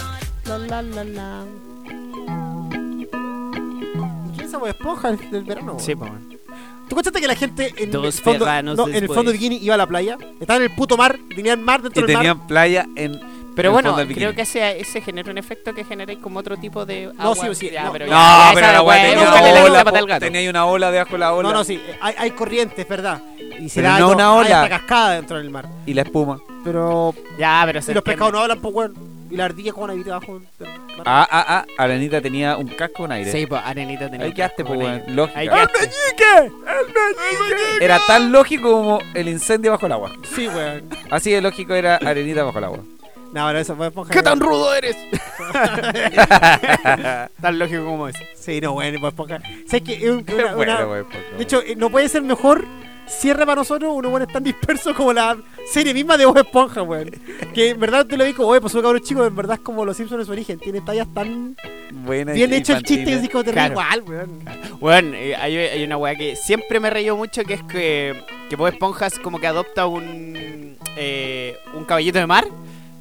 C: La, la, la, la. ¿Qué es esa Bob esponja del del verano?
A: Sí, pues. weón.
C: ¿Tú cachaste que la gente en,
A: Dos
C: el, fondo,
A: verranos
C: no, en el
A: después.
C: fondo de bikini iba a la playa? Estaba en el puto mar, tenían mar dentro
E: y
C: del mar.
E: tenían playa en
A: Pero
E: el
A: bueno,
E: fondo del
A: creo
E: bikini.
A: que ese, ese genera un efecto que generáis como otro tipo de agua.
C: No, sí, sí,
A: Ya,
C: no.
A: pero,
E: No,
A: ya,
E: Ah, pero
A: Ah, esa
E: la weá
A: weá es
E: tenía
A: buscarle la
E: una
A: ola,
E: ola,
A: pata al
E: po.
A: gato.
E: tenía ahí una ola debajo de la ola.
C: No, no, sí, hay, hay corrientes, es verdad. Y se
E: Pero
C: da
E: no
C: algo-
E: una
C: hay
E: ola.
C: hasta cascada dentro del mar.
E: Y la espuma.
C: Pero
A: Ya, pero se
C: si los
A: entiende.
C: pescados no hablan, pues, weón. Y la ardilla con una vida abajo del mar.
E: Ah, ah, ah, Arenita tenía un casco con aire.
A: Sí, pues Arenita tenía.
E: Ahí
A: un
E: quedaste,
A: casco
E: po,
A: con
E: weón.
A: aire.
E: Lógica.
A: Ahí quedaste.
E: Era tan lógico como el incendio bajo el agua.
C: Sí, weón.
E: Así de lógico era Arenita bajo el agua.
C: No, pero eso fue esponja.
A: ¿Qué tan rudo eres? tan lógico como es.
C: Sí, no, weón, fue esponja. ¿Sabes qué? Es un- una-
E: Bueno,
C: una-
E: weón, por favor.
C: De hecho, eh, no puede ser mejor cierre para nosotros unos buenos tan dispersos como la serie misma de Bob Esponja, weón. Que en verdad te lo digo, oye, pues un cabrón chico, en verdad es como los Simpsons en su origen. Tiene tallas tan
E: Buena
C: bien
E: y-
C: hecho el
E: infantil,
C: chiste que
E: ¿eh?
C: es como te ríes
A: Claro.
C: igual, weón.
A: Bueno, eh, hay, hay una weá que siempre me reí mucho, que es que, que Bob Esponja es como que adopta un, eh, un caballito de mar.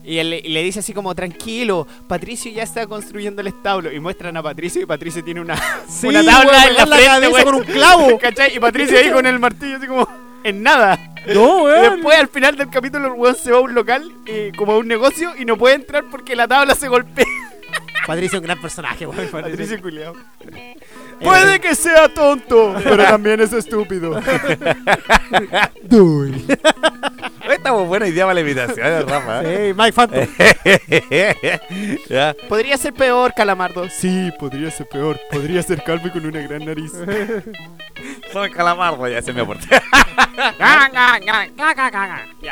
A: Y, él, le- y le dice así como, tranquilo, Patricio ya está construyendo el establo. Y muestran a Patricio y Patricio tiene una,
C: Sí,
A: una tabla
C: weón,
A: en la,
C: pegar
A: frente,
C: cabeza
A: weón.
C: con un clavo.
A: ¿Cachai? Y Patricio ahí con el martillo así como, en nada.
C: No,
A: Y
C: weón.
A: después al final del capítulo el weón se va a un local, eh, como a un negocio, y no puede entrar porque la tabla se golpea.
C: Patricio es un gran personaje, weón.
A: Patricio culiao.
C: Eh,
A: Puede que sea tonto, pero también es estúpido.
C: Dude.
E: Estamos buena idea para la invitación, ¿eh, Rafa.
C: Sí, Mike Phantom.
E: Ya.
A: Podría ser peor, Calamardo. Sí, podría ser peor. Podría acercarme con una gran nariz.
E: Soy calamardo, ya se me aporté.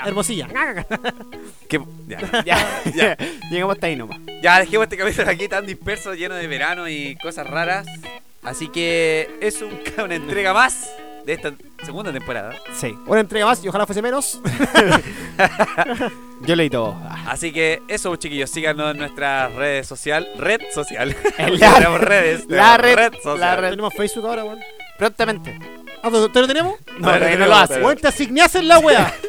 C: Hermosilla.
E: ¿Qué? Ya.
A: ya, ya. Llegamos hasta ahí nomás.
E: ya, dejemos este capítulo aquí tan disperso, lleno de verano y cosas raras. Así que es un- una entrega más de esta segunda temporada.
A: Sí.
C: Una entrega más y ojalá fuese menos.
A: Yo leí todo. Ah,
E: Así que eso, chiquillos, síganos en nuestra red social. Red social.
A: En la-
E: tenemos redes.
A: la
E: tenemos
A: red-
E: social.
A: la red.
C: Tenemos Facebook ahora, weón.
A: Prontamente.
C: Ah, ¿te te lo tenemos?
A: No,
E: Pero
A: todavía no
E: creo-
A: lo hace.
E: pero-
C: Weón, te asignaste en la wea.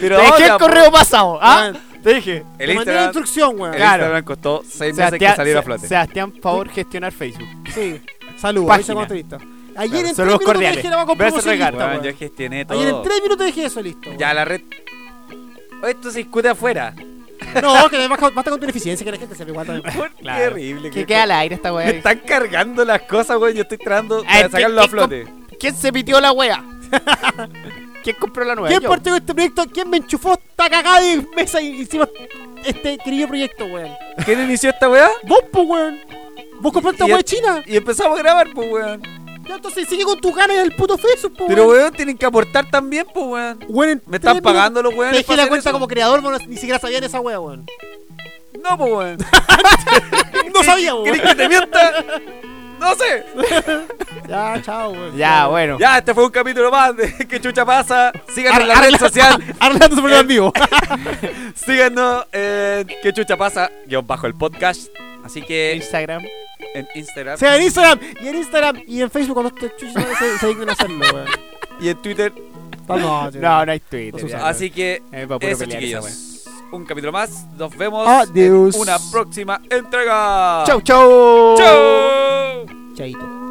E: Pero
A: Te dejé
E: ahora,
A: el correo pasado, ¿ah? Te dije.
E: El
C: te mandé la
E: Instagram,
C: instrucción, weón.
E: el
A: Claro.
E: Instagram costó seis meses que saliera a flote.
A: Sebastián, favor, gestionar Facebook.
C: Sí, saludos.
A: Página.
C: Ayer
A: Claro,
C: en tres
A: saludos
C: minutos
A: cordiales.
C: dejé la vaca con
A: Besos
C: promoción
A: regalo.
C: lista,
E: Weón,
C: weón.
E: yo gestioné
C: Ayer en
E: todo.
C: tres minutos dejé eso listo. weón.
E: Ya, la red. Esto se discute afuera.
C: No, que basta, basta con tu ineficiencia que la gente se igual también.
A: Claro.
E: Qué horrible.
A: Que
E: que-
A: queda al aire esta
E: Me
A: weá.
E: están cargando las cosas, güey. Yo estoy tratando de
A: Ah, el
E: sacarlo a
A: tic- tic-
E: flote.
A: ¿Quién se pitió la wea? ¿Quién compró la nueva?
C: ¿Quién
A: Yo.
C: partió de este proyecto? ¿Quién me enchufó esta cagada de mesa y hicimos este querido proyecto, weón?
E: ¿Quién inició esta weá?
C: Vos, pues, weón. Vos compraste esta
E: Y-
C: weá china.
E: Y empezamos a grabar, pues, weón.
C: Ya, entonces sigue con tus ganas del puto Facebook, pues,
E: Pero,
C: weón.
E: weón, tienen que aportar también, pues, weón.
C: Weón, en
E: Me
C: tres
E: están
C: minutos
E: pagando los
C: Te
E: weones.
C: dejé pues.
E: para
C: la
E: hacer
C: cuenta
E: eso.
C: como creador, vos no- ni siquiera sabían esa weá, weón.
E: No, pues, weón.
C: No sabía, weón.
E: ¿Quieres que te mienta? No sé.
C: Ya, chao, weón.
A: Ya, bueno.
E: Ya, este fue un capítulo más de ¿Qué chucha pasa? Síganos en la
C: Arregla-
E: red social.
C: Arreglando su problema en vivo.
E: Síganos en ¿Qué chucha pasa? Guión bajo el podcast. Así que
A: Instagram.
E: en Instagram
C: sea en Instagram y en Instagram y en Facebook cuando este chucho se, se dignen a hacerlo, weón.
E: y en Twitter.
C: No, sí.
A: No, no hay Twitter.
C: Nos
A: ya, no.
E: Así que
A: Eh, pa' puro
E: Eso,
A: pelear esa wea.
E: chiquillos. Un capítulo más. Nos vemos
C: Adiós.
E: en una próxima entrega.
A: Chau, chau.
E: Chau.
C: Chaito.